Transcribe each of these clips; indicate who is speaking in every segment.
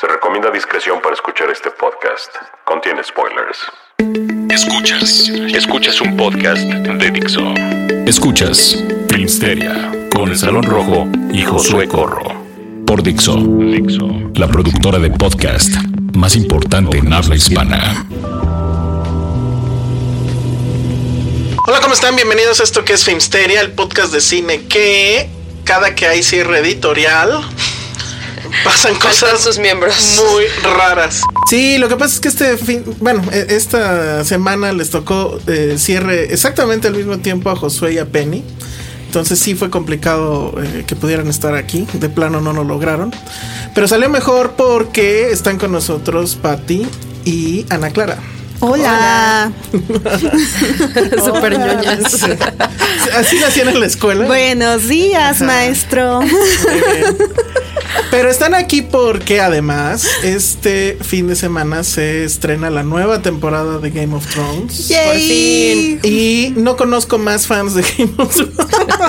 Speaker 1: Se recomienda discreción para escuchar este podcast. Contiene spoilers. Escuchas, escuchas un podcast de Dixo. Escuchas Filmsteria con el Salón Rojo y Josué Corro. Por Dixo, la productora de podcast más importante en habla hispana.
Speaker 2: Hola, ¿cómo están? Bienvenidos a esto que es Filmsteria, el podcast de cine que cada que hay cierre editorial pasan
Speaker 3: Faltan
Speaker 2: cosas
Speaker 3: sus miembros.
Speaker 2: muy raras. Sí, lo que pasa es que este fin, bueno, e- esta semana les tocó eh, cierre exactamente al mismo tiempo a Josué y a Penny. Entonces sí fue complicado eh, que pudieran estar aquí. De plano no lo lograron. Pero salió mejor porque están con nosotros Patty y Ana Clara.
Speaker 4: Hola.
Speaker 3: Súper ñoñas.
Speaker 2: Oh. Sí. Así lo hacían en la escuela.
Speaker 4: Buenos días,
Speaker 2: Ajá.
Speaker 4: maestro.
Speaker 2: Pero están aquí porque además este fin de semana se estrena la nueva temporada de Game of Thrones.
Speaker 4: Yay.
Speaker 2: Y no conozco más fans de Game of Thrones.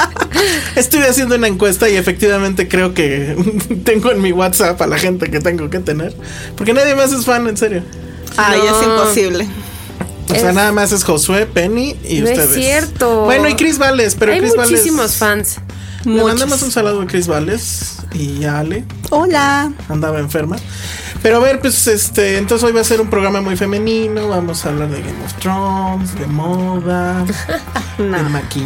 Speaker 2: Estuve haciendo una encuesta y efectivamente creo que tengo en mi WhatsApp a la gente que tengo que tener. Porque nadie más es fan, en serio.
Speaker 4: Ay, es
Speaker 3: No.
Speaker 4: imposible.
Speaker 2: O sea, nada más es Josué, Penny y
Speaker 3: No es
Speaker 2: ustedes.
Speaker 3: cierto.
Speaker 2: Bueno, y Chris Vales, pero
Speaker 3: Hay
Speaker 2: Chris Vales.
Speaker 3: muchísimos fans.
Speaker 2: Le mandamos un saludo a Chris Vales y a Ale.
Speaker 4: Hola.
Speaker 2: andaba enferma. Pero a ver, pues este, entonces hoy va a ser un programa muy femenino, vamos a hablar de Game of Thrones, de moda, de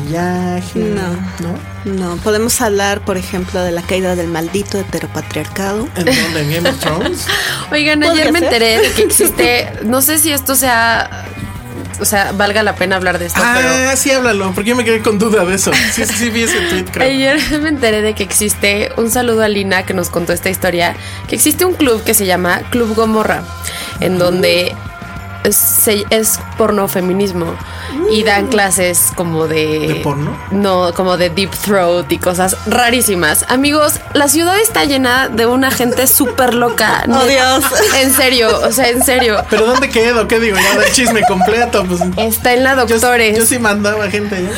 Speaker 2: maquillaje,
Speaker 4: No.
Speaker 2: ¿no?
Speaker 4: No, podemos hablar, por ejemplo, de la caída del maldito heteropatriarcado.
Speaker 2: ¿En dónde? ¿En Game of Thrones?
Speaker 3: Oigan, ayer
Speaker 4: ¿Podría
Speaker 3: me
Speaker 4: ser?
Speaker 3: enteré de que existe. No sé si esto sea. O sea, valga la pena hablar de esto,
Speaker 2: ah, sí, háblalo, porque yo me quedé con duda de eso. Sí, sí, sí, vi ese tweet,
Speaker 3: pero.
Speaker 2: creo.
Speaker 3: Ayer me enteré de que existe. Un saludo a Lina que nos contó esta historia. Que existe un club que se llama Club Gomorra. En donde. Es, es porno feminismo y dan clases como de
Speaker 2: Mm. ¿De porno?
Speaker 3: No, como de deep throat y cosas rarísimas. Amigos, la ciudad está llena de una gente súper loca.
Speaker 4: Oh,
Speaker 3: Neta.
Speaker 4: Dios.
Speaker 3: En serio, o sea, en serio.
Speaker 2: Pero ¿dónde quedo? ¿Qué digo? Ya da el chisme completo, pues.
Speaker 3: Está en la
Speaker 2: Yo,
Speaker 3: doctores.
Speaker 2: yo sí mandaba gente allá.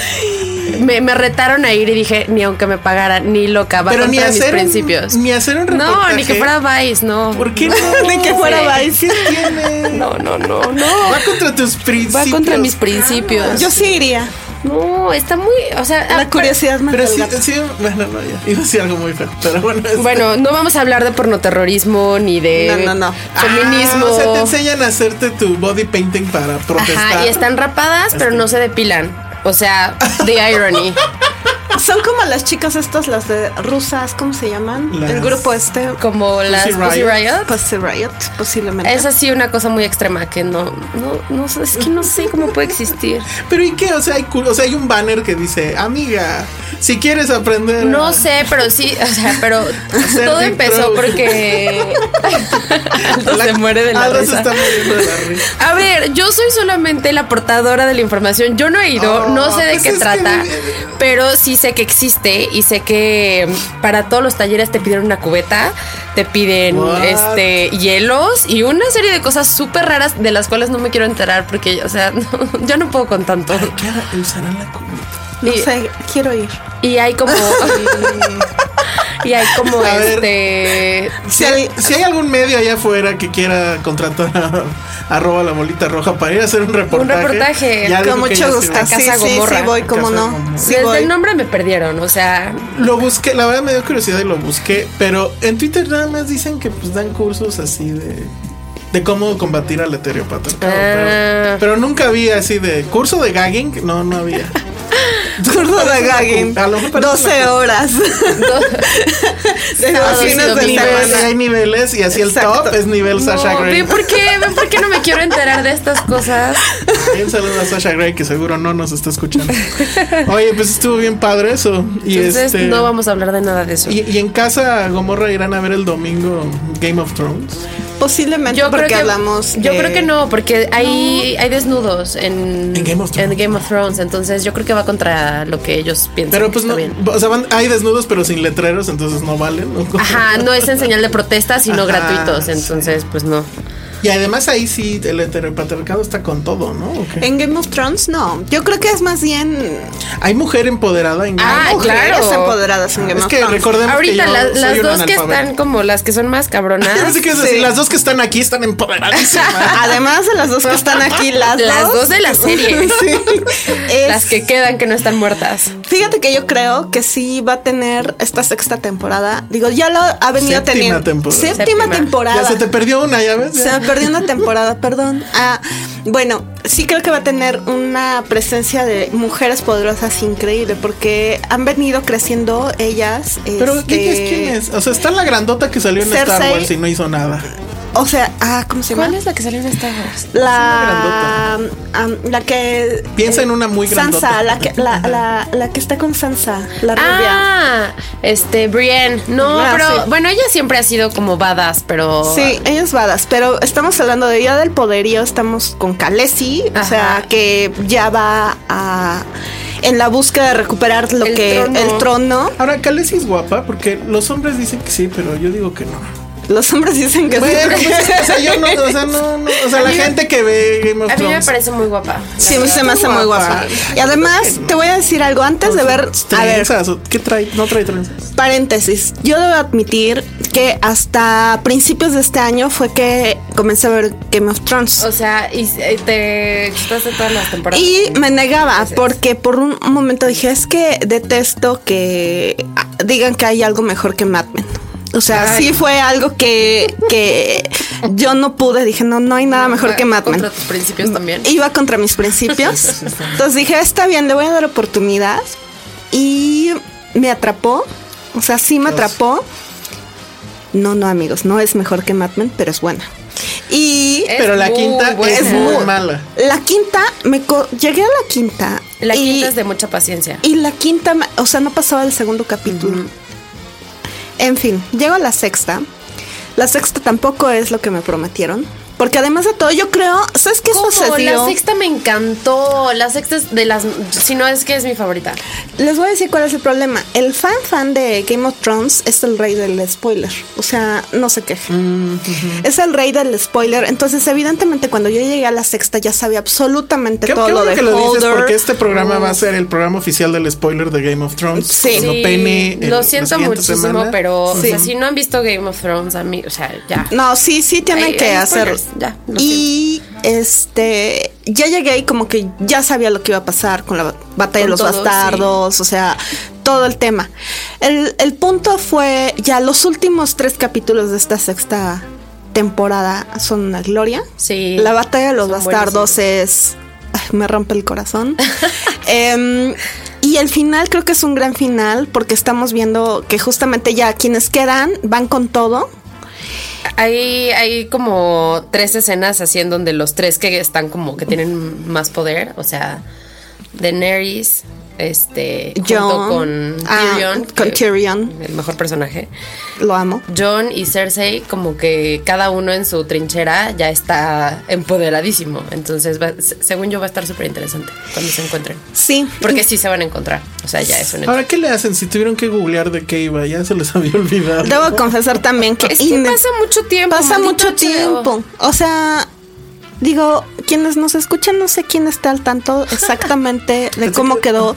Speaker 3: me, me retaron a ir y dije, ni aunque me pagaran, ni loca, va
Speaker 2: Pero ni
Speaker 3: contra mis
Speaker 2: hacer,
Speaker 3: principios.
Speaker 2: un, ni hacer un reportaje.
Speaker 3: no, ni que fuera Vice, no.
Speaker 2: ¿Por qué no?
Speaker 4: Ni que fuera
Speaker 3: sé.
Speaker 4: Vice.
Speaker 2: ¿Qué tiene?
Speaker 3: No, no, no, no.
Speaker 2: Va contra tus principios.
Speaker 3: Va contra mis principios.
Speaker 4: Yo sí iría.
Speaker 3: No, está muy, o sea, ah,
Speaker 4: La curiosidad más
Speaker 2: Pero sí, sí, bueno, no, ya. Iba a decir algo muy feo, pero bueno. es-
Speaker 3: Bueno, no vamos a hablar de pornoterrorismo ni de
Speaker 4: No, no, no.
Speaker 2: Ah,
Speaker 3: feminismo.
Speaker 2: o sea, te enseñan a hacerte tu body painting para protestar.
Speaker 3: Ajá, y están rapadas, pero no se depilan. O sea, the irony.
Speaker 4: Son como las chicas estas, las de rusas, ¿cómo se llaman?
Speaker 2: Las-
Speaker 4: El grupo este.
Speaker 3: Como las Pussy
Speaker 2: Riot.
Speaker 3: Riot.
Speaker 4: Pussy Riot, posiblemente.
Speaker 3: Es así una cosa muy extrema que no, no, no sé, es que no sé cómo puede existir.
Speaker 2: Pero ¿y qué? O sea, hay, cul- o sea, hay un banner que dice, amiga, si quieres aprender.
Speaker 3: No sé, pero sí, o sea, pero todo
Speaker 2: deep
Speaker 3: empezó
Speaker 2: throat.
Speaker 3: porque Aldo se muere de la
Speaker 2: Aldo Ah, se
Speaker 3: risa.
Speaker 2: está muriendo de la risa.
Speaker 3: A ver, yo soy solamente la portadora de la información. Yo no he ido,
Speaker 2: Oh,
Speaker 3: no sé de
Speaker 2: pues
Speaker 3: qué
Speaker 2: es que-
Speaker 3: trata, pero sí sé que existe y sé que para todos los talleres te piden una cubeta, te piden
Speaker 2: What?
Speaker 3: este hielos y una serie de cosas súper raras de las cuales no me quiero enterar porque, o sea, no, yo no puedo con tanto.
Speaker 2: ¿Qué hará? usarán la cubeta?
Speaker 4: no
Speaker 3: y-
Speaker 4: sé, quiero ir.
Speaker 3: Y hay como Y hay como
Speaker 2: A ver.
Speaker 3: este.
Speaker 2: Si hay, si hay algún medio allá afuera que quiera contratar a arroba la molita roja para ir a hacer un reportaje.
Speaker 3: reportaje,
Speaker 2: ya
Speaker 3: Algo
Speaker 4: Con
Speaker 2: dijo que ya
Speaker 4: mucho
Speaker 2: se
Speaker 4: gusto.
Speaker 2: va.
Speaker 3: A
Speaker 4: Ah, Sí,
Speaker 3: Casa
Speaker 4: sí, sí,
Speaker 3: Gomorra.
Speaker 4: voy, cómo
Speaker 2: Casa
Speaker 4: no.
Speaker 2: Gomorra.
Speaker 4: Sí,
Speaker 3: Desde
Speaker 4: voy.
Speaker 3: el nombre me perdieron, o sea,
Speaker 2: Lo busqué, la verdad me dio curiosidad y lo busqué, pero en Twitter nada más dicen que pues dan cursos así de, de cómo combatir al heteropatriarcado.
Speaker 3: Ah.
Speaker 2: Pero, pero nunca vi así de curso de gagging, no, no había.
Speaker 4: Curso de
Speaker 2: Parece una
Speaker 4: gagging.
Speaker 2: cu- a lo mejor parece
Speaker 4: 12
Speaker 2: una cu-
Speaker 4: horas. de
Speaker 3: Sábados
Speaker 4: los
Speaker 3: y
Speaker 4: fines de
Speaker 3: domingos.
Speaker 2: Niveles,
Speaker 4: semana.
Speaker 2: hay niveles y así el
Speaker 4: Exacto.
Speaker 2: top es nivel Sasha
Speaker 3: no,
Speaker 2: Grey.
Speaker 3: ¿ven por qué? ¿Ven por qué no me quiero enterar de estas cosas?
Speaker 2: Un saludo a Sasha Grey que seguro no nos está escuchando. Oye, pues estuvo bien padre eso. Y
Speaker 3: Entonces
Speaker 2: este,
Speaker 3: no vamos a hablar de nada de eso.
Speaker 2: Y, y en casa Gomorra irán a ver el domingo Game of Thrones.
Speaker 4: Posiblemente
Speaker 3: Yo
Speaker 4: porque
Speaker 3: creo que
Speaker 4: hablamos.
Speaker 3: Yo
Speaker 4: de-
Speaker 3: creo que no, porque hay, hay desnudos en,
Speaker 2: En Game of Thrones.
Speaker 3: en Game of Thrones, entonces yo creo que va contra lo que ellos piensan.
Speaker 2: Pero
Speaker 3: que
Speaker 2: pues
Speaker 3: está
Speaker 2: no,
Speaker 3: bien.
Speaker 2: o sea, van- hay desnudos pero sin letreros, entonces no valen. ¿no?
Speaker 3: Ajá, no es en señal de protesta, sino
Speaker 2: Ajá,
Speaker 3: gratuitos,
Speaker 2: sí.
Speaker 3: entonces pues no.
Speaker 2: Y además ahí sí el heteropatriarcado está con todo, ¿no? ¿O qué?
Speaker 4: En Game of Thrones, no. Yo creo que es más bien.
Speaker 2: Hay mujer empoderada en Game
Speaker 3: Ah,
Speaker 2: of
Speaker 4: mujeres
Speaker 3: claro.
Speaker 4: empoderadas en Game
Speaker 2: Es
Speaker 4: of
Speaker 2: que
Speaker 4: Thrones.
Speaker 2: recordemos
Speaker 3: Ahorita
Speaker 2: que yo
Speaker 3: la-
Speaker 2: soy
Speaker 3: las
Speaker 2: un
Speaker 3: dos que
Speaker 2: analfabeto.
Speaker 3: están como las que son más cabronas.
Speaker 2: Pensé que ibas a decir,
Speaker 4: Sí.
Speaker 2: las dos que están aquí están empoderadas.
Speaker 4: Además de las dos que están aquí, las,
Speaker 3: Las dos de la serie.
Speaker 4: Sí. Es-
Speaker 3: Las que quedan que no están muertas.
Speaker 4: Fíjate que yo creo que sí va a tener esta sexta temporada. Digo, ya lo ha venido
Speaker 2: Séptima
Speaker 4: teniendo.
Speaker 2: temporada.
Speaker 4: Séptima,
Speaker 3: Séptima.
Speaker 4: temporada.
Speaker 2: ya se te perdió una, ya ves.
Speaker 4: Se me perdió una temporada, perdón. Ah, bueno, sí creo que va a tener una presencia de mujeres poderosas increíble porque han venido creciendo ellas.
Speaker 2: Pero
Speaker 4: este,
Speaker 2: ¿quién es quién es? O sea, está la grandota que salió en Star
Speaker 4: Cersei.
Speaker 2: Wars y no hizo nada.
Speaker 4: O sea, ah, ¿cómo se llama?
Speaker 3: ¿Cuál es la que salió en Star Wars?
Speaker 4: La, am, la que eh,
Speaker 2: Piensa en una muy grandota.
Speaker 4: Sansa, la que, la, la, la que está con Sansa, la rubia.
Speaker 3: Ah, este, Brienne. No,
Speaker 4: Ah,
Speaker 3: pero
Speaker 4: sí.
Speaker 3: bueno, ella siempre ha sido como badass, pero.
Speaker 4: Sí, ellos vadas, pero estamos hablando de ya del poderío, estamos con Khaleesi, o sea,
Speaker 3: Ajá.
Speaker 4: que ya va a en la búsqueda de recuperar lo
Speaker 3: El
Speaker 4: que
Speaker 3: trono.
Speaker 4: el trono.
Speaker 2: Ahora, Khaleesi es guapa porque los hombres dicen que sí, pero yo digo que no.
Speaker 4: Los hombres dicen que
Speaker 2: Bueno,
Speaker 4: sí.
Speaker 2: pues, o sea, yo no, o sea, no, no, o sea, la gente que ve Game of
Speaker 3: A mí me
Speaker 2: Thrones.
Speaker 3: parece muy guapa. la
Speaker 4: Sí,
Speaker 3: verdad.
Speaker 4: se me hace muy guapa. Y además, te voy a decir algo antes de ver. A ver,
Speaker 2: Trenzas, o- ¿qué trae? No trae trenzas.
Speaker 4: paréntesis. Yo debo admitir que hasta principios de este año fue que comencé a ver Game of Thrones.
Speaker 3: O sea, y eh, te chutaste todas las temporadas.
Speaker 4: Y me negaba
Speaker 3: Entonces,
Speaker 4: porque por un momento dije, es que detesto que ah, digan que hay algo mejor que Mad Men. O sea,
Speaker 3: Ay.
Speaker 4: sí fue algo que, que yo no pude. Dije, no, no hay nada mejor que Mad Men.
Speaker 3: Contra tus principios también.
Speaker 4: Iba contra mis principios. Entonces dije, está bien, le voy a dar oportunidad. Y me atrapó. O sea, sí me atrapó. No, no, amigos, no es mejor que Mad Men, pero es buena. Y
Speaker 3: Es
Speaker 2: Pero la
Speaker 3: muy
Speaker 2: quinta
Speaker 3: buena.
Speaker 2: es muy mala.
Speaker 4: la quinta, me co- llegué a la quinta.
Speaker 3: La
Speaker 4: y,
Speaker 3: quinta es de mucha paciencia.
Speaker 4: y la quinta, me- o sea, no pasaba el segundo capítulo. En fin, llego a la sexta. La sexta tampoco es lo que me prometieron. Porque además de todo, yo creo, ¿sabes qué
Speaker 3: ¿Cómo? La
Speaker 4: sucedió?
Speaker 3: sexta me encantó. La sexta es de las. Si no es que es mi favorita.
Speaker 4: Les voy a decir cuál es el problema. El fan fan de Game of Thrones es el rey del spoiler. O sea, no se queje.
Speaker 2: Mm,
Speaker 4: Es el rey del spoiler. Entonces, evidentemente, cuando yo llegué a la sexta, ya sabía absolutamente
Speaker 2: Qué, qué
Speaker 4: todo lo
Speaker 2: bueno
Speaker 4: de
Speaker 2: que lo dices
Speaker 4: Holder.
Speaker 2: porque este programa va a ser el programa oficial del spoiler de Game of Thrones.
Speaker 4: Sí.
Speaker 2: Cuando
Speaker 3: Sí,
Speaker 2: pene en
Speaker 3: lo
Speaker 2: la
Speaker 3: siento
Speaker 2: siguiente
Speaker 3: muchísimo,
Speaker 2: semana.
Speaker 3: pero o
Speaker 4: Sí.
Speaker 3: sea, si no han visto Game of Thrones, a mí, o sea, ya.
Speaker 4: No, sí, sí tienen
Speaker 3: Hay-
Speaker 4: que
Speaker 3: hay
Speaker 4: hacer.
Speaker 3: spoilers, ya, lo
Speaker 4: y este, ya llegué y como que ya sabía lo que iba a pasar con la ba- batalla
Speaker 3: Con
Speaker 4: de los
Speaker 3: todo,
Speaker 4: bastardos, o sea, todo el tema. El, el punto fue ya los últimos tres capítulos de esta sexta temporada son una gloria.
Speaker 3: Sí.
Speaker 4: La batalla de los
Speaker 3: Son
Speaker 4: bastardos es. ay, me rompe el corazón. Em, y el final creo que es un gran final porque estamos viendo que justamente ya quienes quedan van con todo.
Speaker 3: Hay, hay como tres escenas así en donde los tres que están como que tienen más poder, o sea, Daenerys, este, junto
Speaker 4: Jon.
Speaker 3: con
Speaker 4: Ah,
Speaker 3: Tyrion,
Speaker 4: con
Speaker 3: que-
Speaker 4: Tyrion.
Speaker 3: el mejor personaje.
Speaker 4: Lo amo.
Speaker 3: John y Cersei como que cada uno en su trinchera ya está empoderadísimo, entonces va- se- según yo va a estar súper interesante cuando se encuentren,
Speaker 4: Sí,
Speaker 3: porque sí se van a encontrar, o sea, ya es un hecho.
Speaker 2: Ahora, ¿qué le hacen si tuvieron que googlear de qué iba? Ya se les había olvidado.
Speaker 4: debo confesar también que,
Speaker 3: Es que
Speaker 4: ine-
Speaker 3: pasa mucho tiempo.
Speaker 4: pasa
Speaker 3: maldito
Speaker 4: mucho
Speaker 3: HBO.
Speaker 4: tiempo. O sea, digo, quienes nos escuchan, no sé quién está al tanto exactamente de cómo quedó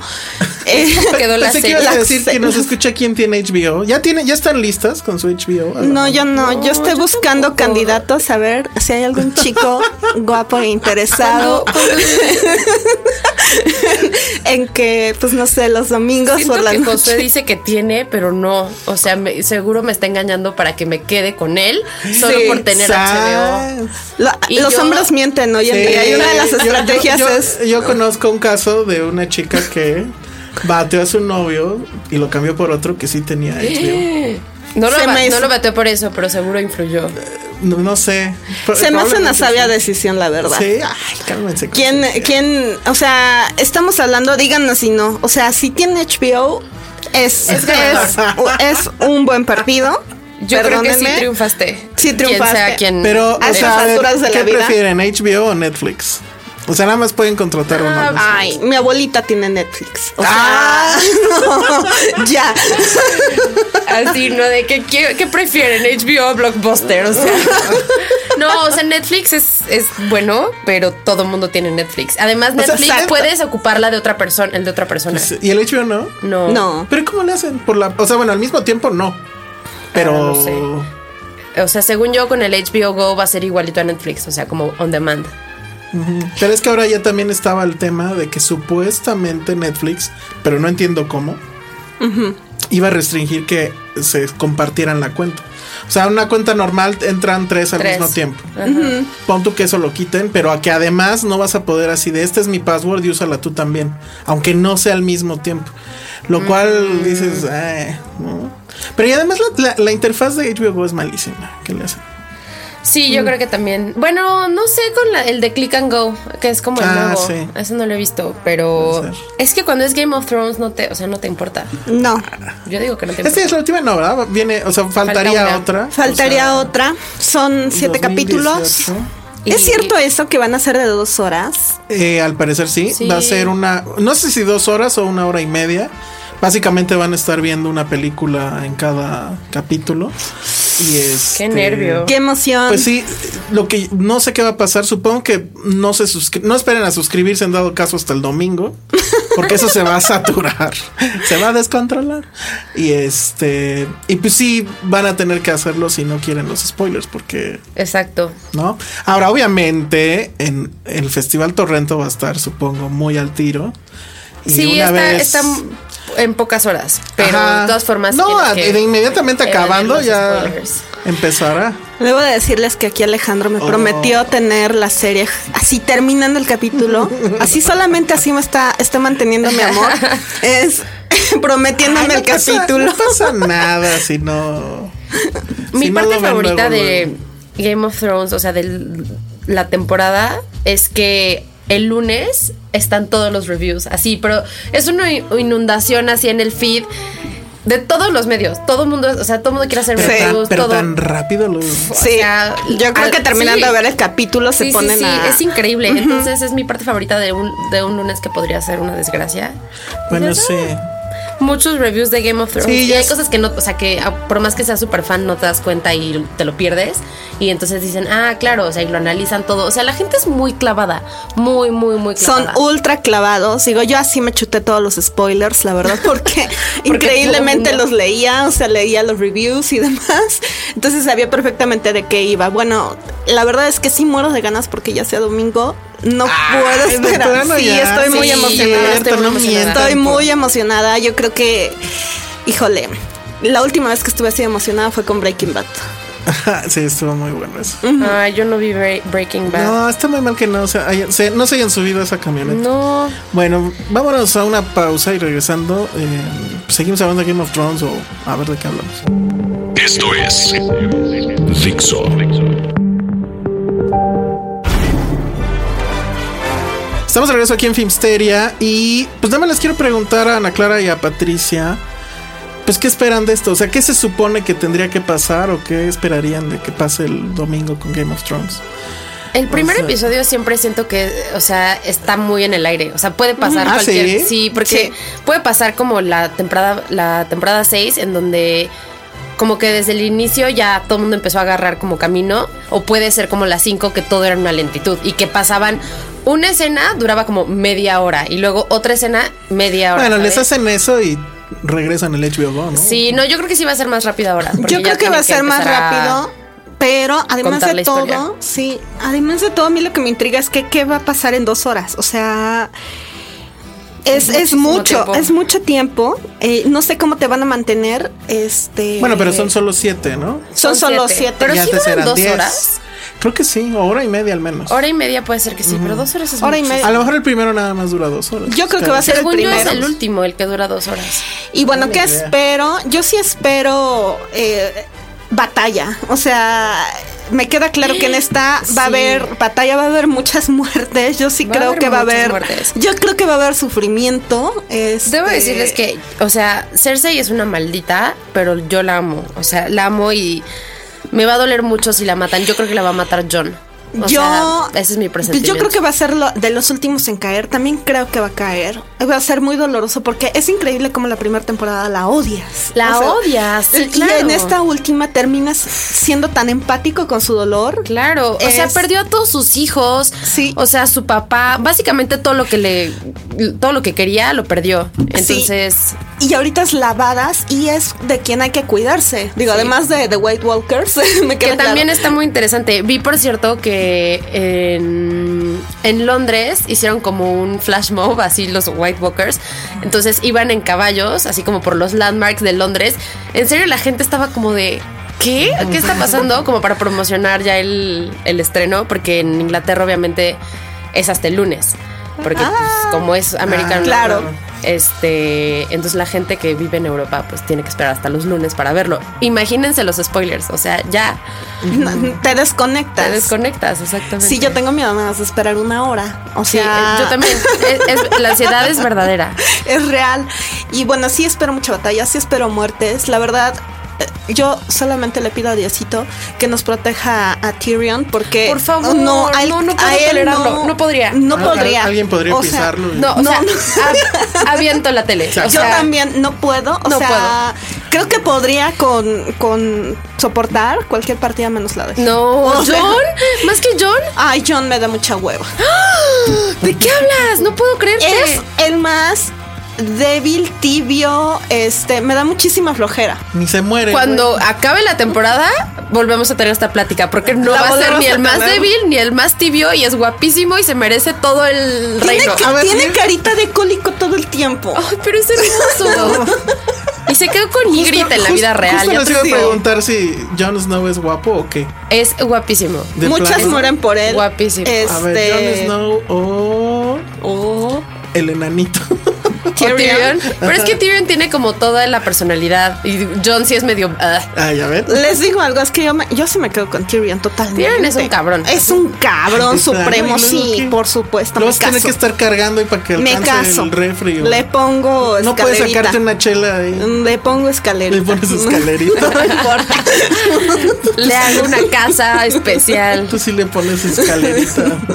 Speaker 4: eh,
Speaker 3: quedó la
Speaker 2: Pensé que
Speaker 3: serie.
Speaker 2: ibas a
Speaker 4: La
Speaker 2: decir que
Speaker 4: serie.
Speaker 2: nos escucha quién tiene HBO. ¿Ya, tiene, ¿Ya están listas con su HBO? A ver,
Speaker 4: No, yo no.
Speaker 3: No,
Speaker 4: yo estoy
Speaker 3: yo
Speaker 4: buscando
Speaker 3: tampoco.
Speaker 4: candidatos a ver si hay algún chico guapo e interesado
Speaker 3: Cuando- cuando-
Speaker 4: en que, pues no sé, los domingos por
Speaker 3: siento
Speaker 4: la
Speaker 3: que José
Speaker 4: noche.
Speaker 3: dice que tiene, pero no. O sea, me- seguro me está engañando para que me quede con él solo
Speaker 2: Sí,
Speaker 3: por tener
Speaker 2: sa-
Speaker 3: HBO.
Speaker 4: Lo-
Speaker 3: Y
Speaker 4: los
Speaker 3: yo-
Speaker 4: hombres mienten, hoy en
Speaker 2: Sí,
Speaker 4: día. Y una de las
Speaker 2: yo- yo-
Speaker 4: estrategias
Speaker 2: yo-
Speaker 4: es
Speaker 2: Yo conozco un caso de una chica que bateó a su novio y lo cambió por otro que sí tenía HBO.
Speaker 3: No lo,
Speaker 4: Se
Speaker 3: ba-
Speaker 4: me
Speaker 3: no
Speaker 4: hizo-
Speaker 3: lo bateó por eso, pero seguro influyó.
Speaker 2: No, no sé. Pro-
Speaker 4: Se me hace una
Speaker 2: probablemente
Speaker 4: sabia
Speaker 2: sí.
Speaker 4: decisión, la verdad.
Speaker 2: Sí, ay, cálmense. con
Speaker 4: ¿Quién,
Speaker 2: eso.
Speaker 4: quién, o sea, estamos hablando, díganos si no. O sea, si tiene HBO, es, es, es un buen partido.
Speaker 3: Yo creo que sí
Speaker 4: Perdónenme.
Speaker 3: triunfaste.
Speaker 4: Sí triunfaste.
Speaker 3: Quien sea quien.
Speaker 2: Pero,
Speaker 4: A
Speaker 2: o sea,
Speaker 4: estas
Speaker 2: a ver,
Speaker 4: alturas de la
Speaker 2: ¿qué
Speaker 4: vida.
Speaker 2: prefieren, HBO o Netflix? O sea, nada más pueden contratar
Speaker 4: Ah,
Speaker 2: uno. de los dos.
Speaker 4: Ay, mi abuelita tiene Netflix. O sea,
Speaker 2: Ah.
Speaker 4: no, ya.
Speaker 3: Así, ¿no? De que, ¿qué, qué prefieren, HBO o Blockbuster, o sea. No, o sea, Netflix es, es bueno, pero todo mundo tiene Netflix. Además,
Speaker 2: sea,
Speaker 3: Netflix
Speaker 2: ¿sabes?
Speaker 3: puedes ocuparla de otra persona, el de otra persona.
Speaker 2: Pues, ¿Y el HBO no?
Speaker 3: No.
Speaker 4: No.
Speaker 2: ¿Pero cómo le hacen? Por la, o sea, bueno, al mismo tiempo no. Pero...
Speaker 3: Ah, no sé. O sea, según yo, con el HBO Go va a ser igualito a Netflix, o sea, como on demand.
Speaker 2: Pero es que ahora ya también estaba el tema de que supuestamente Netflix, pero no entiendo cómo, iba a restringir que se compartieran la cuenta. O sea, una cuenta normal entran tres al
Speaker 3: Tres.
Speaker 2: mismo tiempo.
Speaker 3: Ajá.
Speaker 2: Pon tú que eso lo quiten, pero a que además no vas a poder así de este es mi password y úsala tú también, aunque no sea al mismo tiempo. Lo cual dices, "Ay, no". Pero y además la, la- la interfaz de HBO Go es malísima. ¿Qué le hacen?
Speaker 3: Sí,
Speaker 2: Mm.
Speaker 3: yo creo que también. Bueno, no sé con la- el de Click and Go, que es como el
Speaker 2: Ah,
Speaker 3: nuevo.
Speaker 2: sí.
Speaker 3: Eso no lo he visto, pero
Speaker 2: Puede ser.
Speaker 3: es que cuando es Game of Thrones no te, o sea, no te importa.
Speaker 4: No,
Speaker 3: Yo digo que no te
Speaker 2: Esta
Speaker 3: importa.
Speaker 2: Este es la última, no, ¿verdad? Viene, o sea, faltaría
Speaker 3: Em- una.
Speaker 2: otra.
Speaker 4: faltaría otra. Son siete
Speaker 2: 2018.
Speaker 4: capítulos.
Speaker 3: Y-
Speaker 4: ¿Es cierto eso que van a ser de dos horas?
Speaker 2: Eh, al parecer sí.
Speaker 3: Sí.
Speaker 2: Va a ser una, no sé si dos horas o una hora y media. Básicamente van a estar viendo una película en cada capítulo. Y es.
Speaker 3: Qué nervio.
Speaker 4: Qué emoción.
Speaker 2: Pues sí, lo que no sé qué va a pasar, supongo que no se suscri- no esperen a suscribirse en dado caso hasta el domingo, porque eso se va a saturar, se va a descontrolar. Y este, y pues sí van a tener que hacerlo si no quieren los spoilers, porque
Speaker 3: Exacto.
Speaker 2: ¿no? Ahora, obviamente, en el Festival Torrento va a estar, supongo, muy al tiro. Y
Speaker 3: sí,
Speaker 2: una
Speaker 3: está,
Speaker 2: vez-
Speaker 3: está en pocas horas, pero
Speaker 2: Ajá.
Speaker 3: de todas formas.
Speaker 2: No,
Speaker 3: tienes
Speaker 2: a-
Speaker 3: que-
Speaker 2: de inmediatamente
Speaker 3: evadir
Speaker 2: acabando
Speaker 3: los
Speaker 2: ya
Speaker 3: spoilers.
Speaker 2: empezará.
Speaker 4: Debo de decirles que aquí Alejandro me
Speaker 2: Oh.
Speaker 4: prometió tener la serie así terminando el capítulo. Así solamente así me está, está manteniendo mi amor. Es prometiéndome
Speaker 2: Ay,
Speaker 4: el
Speaker 2: no pasa-
Speaker 4: capítulo.
Speaker 2: No pasa nada si no.
Speaker 3: Mi
Speaker 2: si no
Speaker 3: parte
Speaker 2: lo ven
Speaker 3: favorita
Speaker 2: luego,
Speaker 3: de
Speaker 2: luego.
Speaker 3: Game of Thrones, o sea, de la temporada, es que el lunes están todos los reviews, así, pero es una in- inundación así en el feed de todos los medios. Todo el mundo, o sea, todo el mundo quiere hacer
Speaker 2: Pero,
Speaker 4: Sí.
Speaker 3: reviews,
Speaker 2: tan, pero
Speaker 3: todo.
Speaker 2: tan rápido lo.
Speaker 4: Sí,
Speaker 3: sea,
Speaker 4: yo creo
Speaker 3: al-
Speaker 4: que
Speaker 3: sí.
Speaker 4: terminando de ver el capítulo
Speaker 3: Sí,
Speaker 4: se
Speaker 3: sí,
Speaker 4: ponen
Speaker 3: sí,
Speaker 4: a.
Speaker 3: es increíble. Entonces es mi parte favorita de un, de un lunes que podría ser una desgracia.
Speaker 2: Bueno,
Speaker 3: Ya
Speaker 2: sí.
Speaker 3: muchos reviews de Game of Thrones.
Speaker 2: Sí,
Speaker 3: y
Speaker 2: ya
Speaker 3: hay
Speaker 2: es-
Speaker 3: cosas que no, o sea, que ah, por más que seas súper fan, no te das cuenta y te lo pierdes. Y entonces dicen, ah, claro, o sea, y lo analizan todo. O sea, la gente es muy clavada. Muy, muy, muy
Speaker 4: Son
Speaker 3: clavada.
Speaker 4: ultra clavados. Digo, yo así me chuté todos los spoilers, la verdad, porque, increíblemente
Speaker 3: todo mundo-
Speaker 4: los leía, o sea, leía los reviews y demás. Entonces sabía perfectamente de qué iba. Bueno, la verdad es que sí muero de ganas porque ya sea domingo. No puedo
Speaker 2: Ay, de
Speaker 4: esperar.
Speaker 2: Este plano
Speaker 4: Sí,
Speaker 2: ya,
Speaker 4: estoy
Speaker 3: sí,
Speaker 4: muy
Speaker 3: ya
Speaker 4: emocionada.
Speaker 3: estoy muy
Speaker 2: no
Speaker 3: emocionada.
Speaker 2: mientas.
Speaker 4: Estoy muy emocionada. Yo creo que, híjole, la última vez que estuve así emocionada fue con Breaking Bad.
Speaker 2: sí, estuvo muy bueno eso.
Speaker 3: Ay, yo no vi Bre- Breaking Bad.
Speaker 2: No, está muy mal que no se hayan, se- no se hayan subido a esa camioneta.
Speaker 3: No.
Speaker 2: Bueno, vámonos a una pausa y regresando, eh, seguimos hablando de Game of Thrones o a ver de qué hablamos.
Speaker 1: Esto es Dixo.
Speaker 2: Estamos de regreso aquí en Filmsteria y pues nada más les quiero preguntar a Ana Clara y a Patricia, pues qué esperan de esto, o sea, qué se supone que tendría que pasar o qué esperarían de que pase el domingo con Game of Thrones.
Speaker 3: El primer
Speaker 2: O sea-
Speaker 3: episodio siempre siento que, o sea, está muy en el aire. O sea, puede pasar
Speaker 2: Ah,
Speaker 3: cualquier.
Speaker 2: ¿sí?
Speaker 3: porque
Speaker 4: Sí.
Speaker 3: puede pasar como la temporada, la temporada 6, en donde como que desde el inicio ya todo el mundo empezó a agarrar como camino. O puede ser como la 5, que todo era una lentitud y que pasaban Una escena duraba como media hora y luego otra escena media hora.
Speaker 2: Bueno,
Speaker 3: ¿sabes?
Speaker 2: les hacen eso y regresan el HBO Go, ¿no?
Speaker 3: Sí, no, yo creo que sí va a ser más rápida ahora. porque
Speaker 4: Yo
Speaker 3: ya
Speaker 4: creo que
Speaker 3: tienen
Speaker 4: va a ser más
Speaker 3: empezar a-
Speaker 4: rápido, pero además
Speaker 3: contar la
Speaker 4: de todo,
Speaker 3: historia.
Speaker 4: sí, además de todo, a mí lo que me intriga es que qué va a pasar en dos horas. O sea, es,
Speaker 3: Es
Speaker 4: es
Speaker 3: muchísimo
Speaker 4: mucho,
Speaker 3: tiempo.
Speaker 4: es mucho tiempo. Eh, no sé cómo te van a mantener. Este,
Speaker 2: Bueno, pero son solo siete, ¿no?
Speaker 3: son
Speaker 4: son solo
Speaker 3: siete,
Speaker 4: siete.
Speaker 3: pero
Speaker 2: Ya
Speaker 3: sí
Speaker 2: antes
Speaker 3: duran
Speaker 2: eran
Speaker 3: dos
Speaker 2: diez.
Speaker 3: horas.
Speaker 2: Creo que sí, o hora y media al menos.
Speaker 3: Hora y media puede ser que sí, pero dos horas es
Speaker 4: Hora y
Speaker 3: mucho.
Speaker 4: media.
Speaker 2: A lo mejor el primero nada más dura dos horas.
Speaker 4: Yo creo que va a ser el
Speaker 3: Según yo es
Speaker 4: primero.
Speaker 3: el último, el que dura dos horas.
Speaker 4: Y bueno,
Speaker 2: Ni
Speaker 4: ¿qué
Speaker 2: idea.
Speaker 4: espero? Yo sí espero eh, batalla. O sea, me queda claro que en esta va
Speaker 3: Sí.
Speaker 4: a haber batalla, va a haber muchas muertes. Yo sí
Speaker 3: Va a
Speaker 4: creo
Speaker 3: haber
Speaker 4: que va a
Speaker 3: muchas
Speaker 4: haber.
Speaker 3: muertes.
Speaker 4: Yo creo que va a haber sufrimiento. este-
Speaker 3: Debo decirles que, o sea, Cersei es una maldita, pero yo la amo. O sea, la amo y me va a doler mucho si la matan. Yo creo que la va a matar John. O sea, ese es mi presentimiento.
Speaker 4: Yo creo que va a ser lo- de los últimos en caer. También creo que va a caer. Va a ser muy doloroso porque es increíble como la primera temporada la odias.
Speaker 3: La odias, sí,
Speaker 4: y
Speaker 3: claro.
Speaker 4: en esta última terminas siendo tan empático con su dolor.
Speaker 3: Claro, o sea,
Speaker 4: Es-
Speaker 3: perdió a todos sus hijos,
Speaker 4: Sí.
Speaker 3: o sea, su papá, básicamente todo lo que le, todo lo que quería lo perdió. Entonces,
Speaker 4: Y ahorita es lavadas y es de quien hay que cuidarse. Digo, además de The White Walkers, me
Speaker 3: que
Speaker 4: queda claro.
Speaker 3: también está muy interesante. Vi, por cierto, que en, en Londres hicieron como un flash mob, así los White Walkers. Entonces iban en caballos, así como por los landmarks de Londres. En serio, la gente estaba como de. ¿Qué? ¿Qué está pasando? Como para promocionar ya el, el estreno, porque en Inglaterra obviamente es hasta el lunes. Porque pues, como es americano,
Speaker 4: claro.
Speaker 3: este, entonces la gente que vive en Europa pues tiene que esperar hasta los lunes para verlo. Imagínense los spoilers, o sea, ya
Speaker 4: No, te desconectas.
Speaker 3: te desconectas, exactamente.
Speaker 4: Sí, yo tengo miedo nada más de esperar una hora. O
Speaker 3: Sí,
Speaker 4: sea,
Speaker 3: eh, yo también. Es- es- la ansiedad es verdadera.
Speaker 4: es real. Y bueno, sí espero mucha batalla, sí espero muertes. La verdad, eh, yo solamente le pido a Diosito que nos proteja a Tyrion porque
Speaker 3: Por favor,
Speaker 4: a él-
Speaker 3: no, no puedo
Speaker 4: a él
Speaker 3: tolerarlo, no podría.
Speaker 4: No
Speaker 2: Al-
Speaker 4: podría.
Speaker 2: al- alguien podría
Speaker 4: O sea,
Speaker 2: pisarlo. y-
Speaker 3: No, o
Speaker 4: No.
Speaker 3: sea, a- aviento la tele. o
Speaker 4: Yo
Speaker 3: sea,
Speaker 4: también no puedo, o
Speaker 3: no
Speaker 4: sea, creo que podría con, con soportar cualquier partida menos la de.
Speaker 3: No,
Speaker 4: O sea,
Speaker 3: John, más que John, ¡Ah!
Speaker 4: Ay, John me da mucha hueva.
Speaker 3: ¿de qué hablas? No puedo creerte.
Speaker 4: Es el más débil, tibio, este, me da muchísima flojera.
Speaker 2: Ni se muere.
Speaker 3: Cuando acabe la temporada, volvemos a tener esta plática, porque no
Speaker 4: La
Speaker 3: va a ser
Speaker 4: volvemos
Speaker 3: ni
Speaker 4: a
Speaker 3: el más
Speaker 4: tener.
Speaker 3: débil ni el más tibio y es guapísimo y se merece todo el
Speaker 4: Tiene,
Speaker 3: reino.
Speaker 4: que-
Speaker 2: A ver,
Speaker 4: tiene
Speaker 2: ¿sí?
Speaker 4: carita de cólico todo el tiempo.
Speaker 3: Ay, pero es hermoso. Y se quedó con
Speaker 2: Justo-
Speaker 3: Ygritte en la
Speaker 2: justo-
Speaker 3: vida real.
Speaker 2: Justo
Speaker 3: ya
Speaker 2: les
Speaker 3: te
Speaker 2: iba a
Speaker 3: digo.
Speaker 2: preguntar si Jon Snow es guapo o qué.
Speaker 3: Es guapísimo.
Speaker 2: De
Speaker 4: Muchas
Speaker 2: plano.
Speaker 4: mueren por él.
Speaker 3: Guapísimo.
Speaker 4: Este,
Speaker 2: A ver, Jon Snow o
Speaker 3: Oh.
Speaker 2: el enanito.
Speaker 3: Tyrion. Pero es que Tyrion tiene como toda la personalidad. Y John sí es medio. ah.
Speaker 2: Ay, a ver.
Speaker 4: Les digo algo, es que yo, me- yo sí me quedo con Tyrion totalmente.
Speaker 3: Tyrion es un cabrón.
Speaker 4: Es un
Speaker 2: Claro,
Speaker 4: cabrón supremo,
Speaker 2: y luego
Speaker 4: sí,
Speaker 2: ¿qué?
Speaker 4: por supuesto.
Speaker 2: Lo
Speaker 4: me
Speaker 2: vas a tener
Speaker 4: caso.
Speaker 2: que estar cargando y para que
Speaker 4: Me
Speaker 2: alcance
Speaker 4: caso.
Speaker 2: el refri. o-
Speaker 4: Le pongo escalerita.
Speaker 2: no puedes sacarte una chela ahí.
Speaker 4: Le pongo escalerita.
Speaker 2: Le pones escalerita.
Speaker 3: No importa. Le hago una casa especial.
Speaker 2: Tú sí le pones escalerita.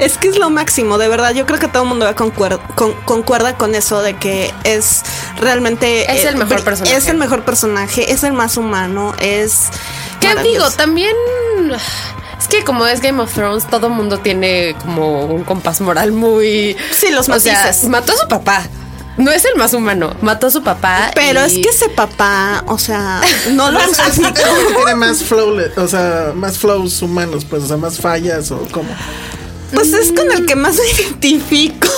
Speaker 4: Es que es lo máximo, de verdad. Yo creo que todo el mundo va a concuer- con- concuerda con eso de que es realmente...
Speaker 3: Es el mejor
Speaker 4: br-
Speaker 3: personaje.
Speaker 4: Es el mejor personaje, es el más humano, es...
Speaker 3: ¿Qué digo?
Speaker 4: maravilloso.
Speaker 3: También. Es que como es Game of Thrones, todo mundo tiene como un compás moral muy.
Speaker 4: Sí, los
Speaker 3: o sea,
Speaker 4: matices.
Speaker 3: mató a su papá. No es el más humano. Mató a su papá.
Speaker 4: Pero es
Speaker 3: y-
Speaker 4: que ese papá, o sea, no lo
Speaker 2: O sea, es
Speaker 4: justifico.
Speaker 2: que tiene más flow, le- o sea, más flows humanos, pues, o sea, más fallas o como.
Speaker 4: Pues es con el que más me identifico,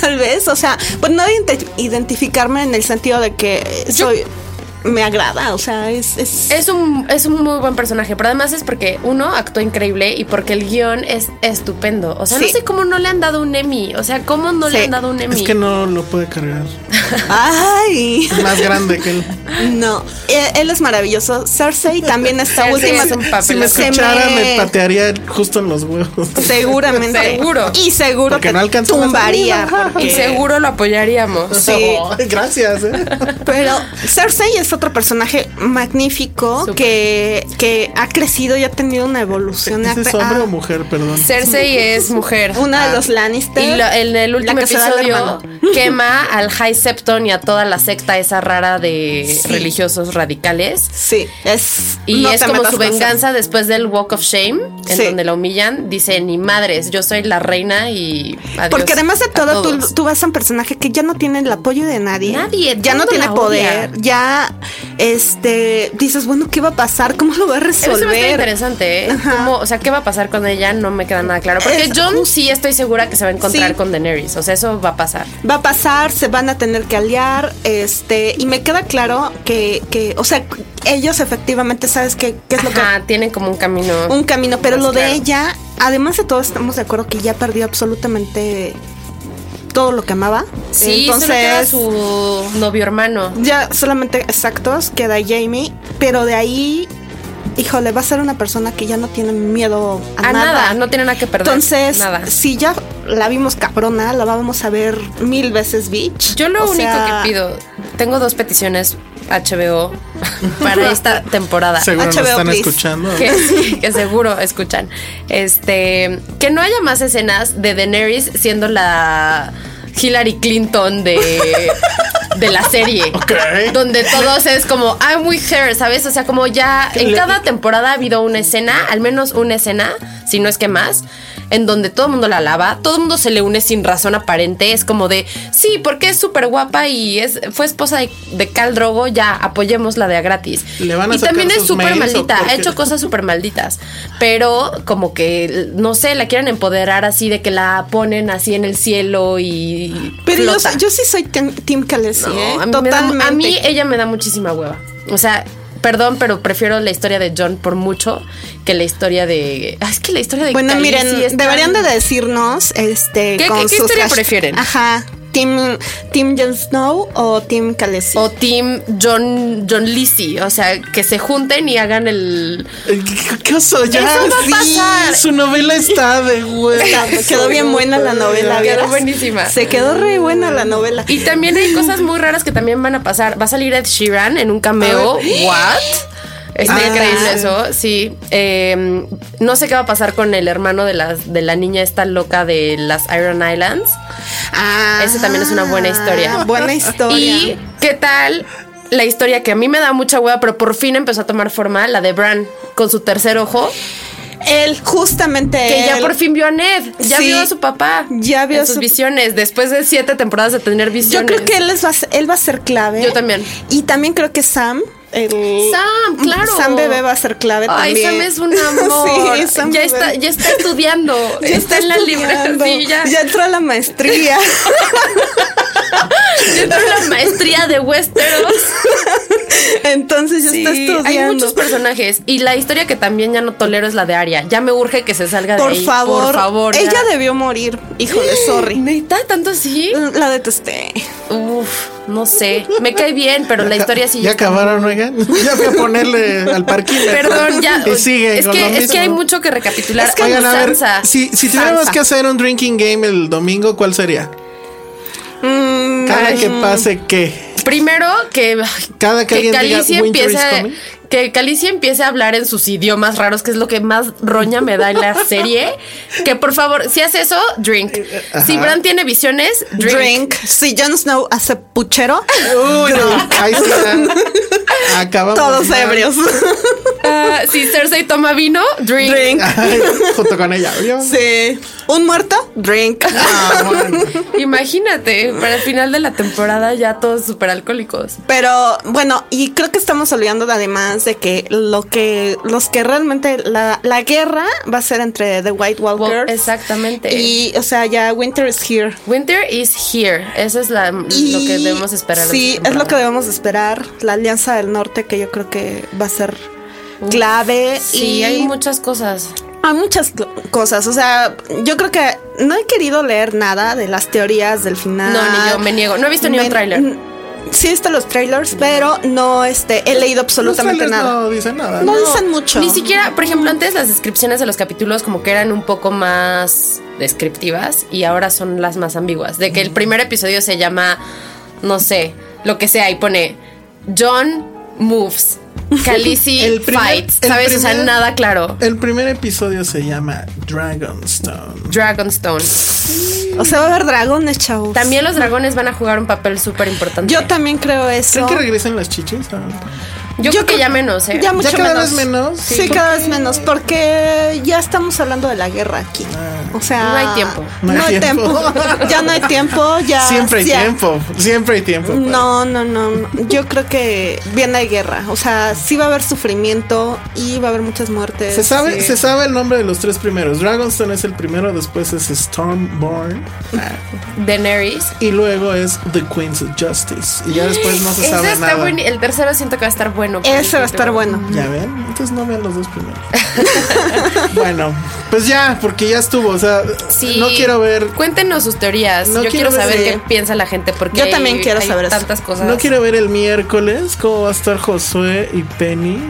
Speaker 4: tal vez. O sea, pues no de inte- identificarme en el sentido de que soy... Me agrada, o sea, es... es-
Speaker 3: Es un, es un muy buen personaje, pero además es porque uno actúa increíble y porque el guión es estupendo. O sea, no
Speaker 4: Sí.
Speaker 3: sé cómo no le han dado un Emmy. O sea, cómo no le
Speaker 4: Sí.
Speaker 3: han dado un Emmy.
Speaker 2: Es que no lo puede cargar.
Speaker 4: Ay.
Speaker 2: Es más grande que él.
Speaker 4: No, él, él es maravilloso. Cersei también esta
Speaker 3: Cersei
Speaker 4: última.
Speaker 3: es un papel.
Speaker 2: Si me
Speaker 4: Se me-
Speaker 2: escuchara, me patearía justo en los huevos.
Speaker 4: Seguramente.
Speaker 3: Seguro.
Speaker 4: Y seguro
Speaker 2: Porque
Speaker 4: que
Speaker 2: no alcanzó la
Speaker 4: tumbaría.
Speaker 2: salida.
Speaker 4: porque-
Speaker 3: Y seguro lo apoyaríamos.
Speaker 4: Sí.
Speaker 2: Gracias, ¿eh?
Speaker 4: Pero Cersei es otro personaje magnífico
Speaker 3: Súper.
Speaker 4: que, que ha crecido y ha tenido una evolución.
Speaker 2: ¿Ese ¿Es
Speaker 4: Ha-
Speaker 2: hombre
Speaker 4: ha-
Speaker 2: o mujer? Perdón.
Speaker 3: Cersei es mujer.
Speaker 4: Una de los
Speaker 3: Y
Speaker 4: Lannister.
Speaker 3: Ah, lo- en el último
Speaker 4: la que se da la
Speaker 3: episodio
Speaker 4: hermana.
Speaker 3: quema al High Septon y a toda la secta esa rara de
Speaker 4: Sí.
Speaker 3: religiosos radicales.
Speaker 4: Sí, es.
Speaker 3: Y
Speaker 4: no
Speaker 3: es
Speaker 4: te
Speaker 3: como
Speaker 4: metas
Speaker 3: su
Speaker 4: con eso.
Speaker 3: venganza después del Walk of Shame, en
Speaker 4: Sí.
Speaker 3: donde la humillan. Dice, ni madres, yo soy la reina y adiós
Speaker 4: Porque además de
Speaker 3: a
Speaker 4: todo, tú,
Speaker 3: todos".
Speaker 4: tú vas a un personaje que ya no tiene el apoyo de nadie.
Speaker 3: Nadie,
Speaker 4: Ya no
Speaker 3: todo
Speaker 4: tiene
Speaker 3: la odia.
Speaker 4: poder. Ya este dices, bueno, ¿qué va a pasar? ¿Cómo lo va a
Speaker 3: Eso se me hace
Speaker 4: resolver?
Speaker 3: interesante, ¿eh?
Speaker 4: Ajá.
Speaker 3: Cómo- o sea, ¿qué va a pasar con ella? No me queda nada claro. Porque
Speaker 4: Es-
Speaker 3: John sí estoy segura que se va a encontrar
Speaker 4: Sí.
Speaker 3: con Daenerys. O sea, eso va a pasar.
Speaker 4: Va a pasar, se van a tener que aliar, este, y me queda claro que, que o sea, ellos efectivamente sabes que, qué es lo
Speaker 3: Ajá, tienen como un camino.
Speaker 4: que un camino, pero
Speaker 3: Más
Speaker 4: lo de
Speaker 3: claro.
Speaker 4: ella, además de todo, estamos de acuerdo que ya perdió absolutamente todo lo que amaba.
Speaker 3: Sí, solo queda su novio hermano.
Speaker 4: Ya solamente exactos queda Jamie, pero de ahí, híjole, va a ser una persona que ya no tiene miedo a,
Speaker 3: A Ah, nada, no tiene nada que perder.
Speaker 4: Entonces,
Speaker 3: nada.
Speaker 4: si ya la vimos cabrona, la vamos a ver mil veces bitch.
Speaker 3: Yo lo
Speaker 4: O
Speaker 3: único
Speaker 4: sea,
Speaker 3: que pido, tengo dos peticiones HBO para esta temporada.
Speaker 2: Seguro nos
Speaker 4: HBO,
Speaker 2: están
Speaker 4: please.
Speaker 2: escuchando.
Speaker 3: que, sí, que seguro escuchan. Este, que no haya más escenas de Daenerys siendo la Hillary Clinton de de la serie.
Speaker 2: Ok.
Speaker 3: Donde todos es como I'm with her, ¿sabes? O sea, como ya en
Speaker 2: Le-
Speaker 3: cada temporada ha habido una escena, al menos una escena, si no es que más, en donde todo el mundo la lava, todo el mundo se le une sin razón aparente, es como de, sí, porque es súper guapa y es fue esposa de, de Khal Drogo, ya apoyémosla de a gratis.
Speaker 2: Le van a
Speaker 3: y
Speaker 2: sacar
Speaker 3: también es
Speaker 2: sus
Speaker 3: súper
Speaker 2: mails o
Speaker 3: maldita,
Speaker 2: por
Speaker 3: ha
Speaker 2: qué.
Speaker 3: hecho cosas súper malditas, pero como que, no sé, la quieren empoderar así de que la ponen así en el cielo y...
Speaker 4: Pero yo,
Speaker 3: flota.
Speaker 4: yo sí soy Tim, Tim Khaleesi,
Speaker 3: No,
Speaker 4: ¿eh?
Speaker 3: a mí me da-
Speaker 4: Totalmente.
Speaker 3: a mí ella me da muchísima hueva. O sea, perdón, pero prefiero la historia de John por mucho que la historia de. Ah, Es que la historia de.
Speaker 4: bueno,
Speaker 3: Khaleesi
Speaker 4: miren,
Speaker 3: es tan-
Speaker 4: deberían de decirnos, este,
Speaker 3: ¿Qué-
Speaker 4: con
Speaker 3: qué- qué
Speaker 4: sus
Speaker 3: historia
Speaker 4: hash-
Speaker 3: prefieren?
Speaker 4: Ajá, Tim, Tim Jon Snow o Tim Khaleesi.
Speaker 3: O Team John, John Lizzie. O sea, que se junten y hagan el.
Speaker 2: ¿Qué- ¿Qué oso ya?
Speaker 3: Eso va a pasar.
Speaker 2: Su novela está de güey.
Speaker 4: quedó bien buena la novela.
Speaker 3: Quedó
Speaker 4: ¿vieras?
Speaker 3: buenísima.
Speaker 4: Se quedó re buena la novela.
Speaker 3: Y también hay cosas muy raras que también van a pasar. Va a salir Ed Sheeran en un cameo. ¿What? Está
Speaker 4: Ah,
Speaker 3: increíble
Speaker 4: sí.
Speaker 3: eso, sí. Eh, no sé qué va a pasar con el hermano de, las, de la niña esta loca de las Iron Islands.
Speaker 4: Ah,
Speaker 3: Esa también es una buena historia.
Speaker 4: Buena historia.
Speaker 3: ¿Y qué tal la historia que a mí me da mucha hueva, pero por fin empezó a tomar forma, la de Bran con su tercer ojo,
Speaker 4: él, justamente.
Speaker 3: que ya
Speaker 4: él,
Speaker 3: por fin vio a Ned, ya
Speaker 4: Sí.
Speaker 3: vio a su papá,
Speaker 4: Ya vio
Speaker 3: en
Speaker 4: a
Speaker 3: sus
Speaker 4: su-
Speaker 3: visiones, después de siete temporadas de tener
Speaker 4: Yo
Speaker 3: visiones.
Speaker 4: creo que él, es- va, a ser- él va a ser clave.
Speaker 3: Yo también.
Speaker 4: Y también creo que Sam. el-
Speaker 3: Sam, claro.
Speaker 4: Sam bebé va a ser clave
Speaker 3: Ay,
Speaker 4: también.
Speaker 3: Sam es un amor.
Speaker 4: sí, Sam
Speaker 3: ya,
Speaker 4: bebé.
Speaker 3: está, ya está estudiando.
Speaker 4: Ya
Speaker 3: está, en la libreta.
Speaker 4: estudiando,
Speaker 3: Sí, ya.
Speaker 4: ya entró a la maestría.
Speaker 3: Ya entró en la maestría de Westeros.
Speaker 4: Entonces ya está
Speaker 3: Sí,
Speaker 4: estudiando.
Speaker 3: Hay muchos personajes. Y la historia que también ya no tolero es la de Aria. Ya me urge que se salga
Speaker 4: por
Speaker 3: de ahí.
Speaker 4: favor.
Speaker 3: Por favor. ya.
Speaker 4: Ella debió morir. Híjole, sorry.
Speaker 3: ¿Neta? ¿Tanto así?
Speaker 4: La detesté.
Speaker 3: Uf, no sé. Me cae bien, pero la historia sí
Speaker 2: Ya acabaron, oigan. Ya fui a ponerle al parquín.
Speaker 3: Perdón, ya.
Speaker 2: Y sigue
Speaker 3: es,
Speaker 2: con lo
Speaker 3: que, es que
Speaker 2: mismo.
Speaker 3: hay mucho que recapitular.
Speaker 4: Es que
Speaker 2: Oigan, a ver,
Speaker 3: Sansa.
Speaker 2: si, si tuviéramos
Speaker 4: Sansa.
Speaker 2: que hacer un drinking game el domingo, ¿cuál sería? Cada que pase, ¿qué?
Speaker 3: Primero que, ay,
Speaker 2: Cada que alguien diga,
Speaker 3: Khaleesi
Speaker 2: "Winter is coming".
Speaker 3: empiece que Khaleesi empiece a hablar en sus idiomas raros, que es lo que más roña me da en la serie. Que por favor, si hace eso, drink.
Speaker 2: Eh,
Speaker 3: Si Bran tiene visiones,
Speaker 4: Drink.
Speaker 3: drink.
Speaker 4: Si Jon Snow hace puchero,
Speaker 2: Uy, no, ahí sí ya. Acabamos.
Speaker 4: todos
Speaker 2: mal.
Speaker 4: ebrios.
Speaker 3: Ah, si Cersei toma vino, drink.
Speaker 4: Drink.
Speaker 2: Ay, junto con ella. ¿vio?
Speaker 4: Sí. Un muerto, drink.
Speaker 2: Ah, bueno.
Speaker 3: Imagínate, para el final de la temporada ya todos súper alcohólicos.
Speaker 4: Pero bueno, y creo que estamos olvidando de además de que lo que los que realmente la, la guerra va a ser entre The White Walkers
Speaker 3: Exactamente.
Speaker 4: y o sea, ya Winter is here.
Speaker 3: Winter is here. Eso es la- lo
Speaker 4: Y
Speaker 3: que debemos esperar. de
Speaker 4: Sí,
Speaker 3: esta
Speaker 4: es lo que
Speaker 3: temporada.
Speaker 4: debemos esperar. La Alianza del Norte, que yo creo que va a ser clave.
Speaker 3: Sí,
Speaker 4: y
Speaker 3: hay muchas cosas.
Speaker 4: hay muchas cl- cosas. O sea, yo creo que no he querido leer nada de las teorías del final.
Speaker 3: No, ni yo, me niego. No he visto ni un
Speaker 4: Ah, Me-
Speaker 3: tráiler.
Speaker 4: Sí, he visto los trailers, pero no este,
Speaker 3: Pues,
Speaker 4: he leído absolutamente
Speaker 2: Los trailers
Speaker 4: nada.
Speaker 2: No dicen nada.
Speaker 4: No,
Speaker 2: ¿no?
Speaker 4: dicen mucho.
Speaker 3: Ni siquiera, por ejemplo, antes las descripciones de los capítulos como que eran un poco más descriptivas y ahora son las más ambiguas. De que el primer episodio se llama, no sé, lo que sea, y pone John moves, Khaleesi
Speaker 2: El primer-
Speaker 3: fights,
Speaker 2: el
Speaker 3: ¿sabes? o sea,
Speaker 2: primer-
Speaker 3: nada claro.
Speaker 2: El primer episodio se llama Dragonstone.
Speaker 3: Dragonstone.
Speaker 4: O sea, va a haber dragones, chavos.
Speaker 3: También los dragones van a jugar un papel súper importante.
Speaker 4: Yo también creo eso.
Speaker 2: ¿Creen que regresen las chichis? Ah,
Speaker 3: Yo creo que ya menos, ¿eh?
Speaker 4: Ya mucho
Speaker 2: cada
Speaker 4: menos.
Speaker 2: vez menos.
Speaker 4: Sí,
Speaker 2: Sí,
Speaker 4: cada vez menos, porque ya estamos hablando de la guerra aquí.
Speaker 2: Ah.
Speaker 4: O sea,
Speaker 3: No hay tiempo.
Speaker 4: No, hay tiempo. ya no hay tiempo. Ya
Speaker 2: Siempre hay
Speaker 4: ya-
Speaker 2: tiempo, siempre hay tiempo. pues.
Speaker 4: No, no, no. no. Yo creo que viene hay guerra. O sea, sí va a haber sufrimiento y va a haber muchas muertes.
Speaker 2: Se sabe,
Speaker 4: Sí.
Speaker 2: se sabe el nombre de los tres primeros. Dragonstone es el primero, después es Stormborn
Speaker 3: Daenerys.
Speaker 2: y luego es The Queens of Justice. Y ya después Pues no se
Speaker 3: Ese
Speaker 2: sabe
Speaker 3: está
Speaker 2: nada.
Speaker 3: buen- El tercero siento que va a estar bueno. por
Speaker 4: Ese va a
Speaker 3: el
Speaker 4: estar
Speaker 3: título.
Speaker 4: bueno.
Speaker 2: Ya ven, entonces no vean los dos primeros. bueno, pues ya, porque ya estuvo. O sea,
Speaker 3: Sí.
Speaker 2: no quiero ver,
Speaker 3: Cuéntenos sus teorías.
Speaker 2: No
Speaker 3: Yo
Speaker 2: quiero
Speaker 3: quiero
Speaker 2: ver-
Speaker 3: saber
Speaker 4: Sí.
Speaker 3: qué piensa la gente porque
Speaker 4: Yo
Speaker 3: hay-
Speaker 4: también quiero
Speaker 3: hay
Speaker 4: saber eso.
Speaker 3: tantas cosas.
Speaker 2: no quiero ver el miércoles cómo va a estar Josué y Penny.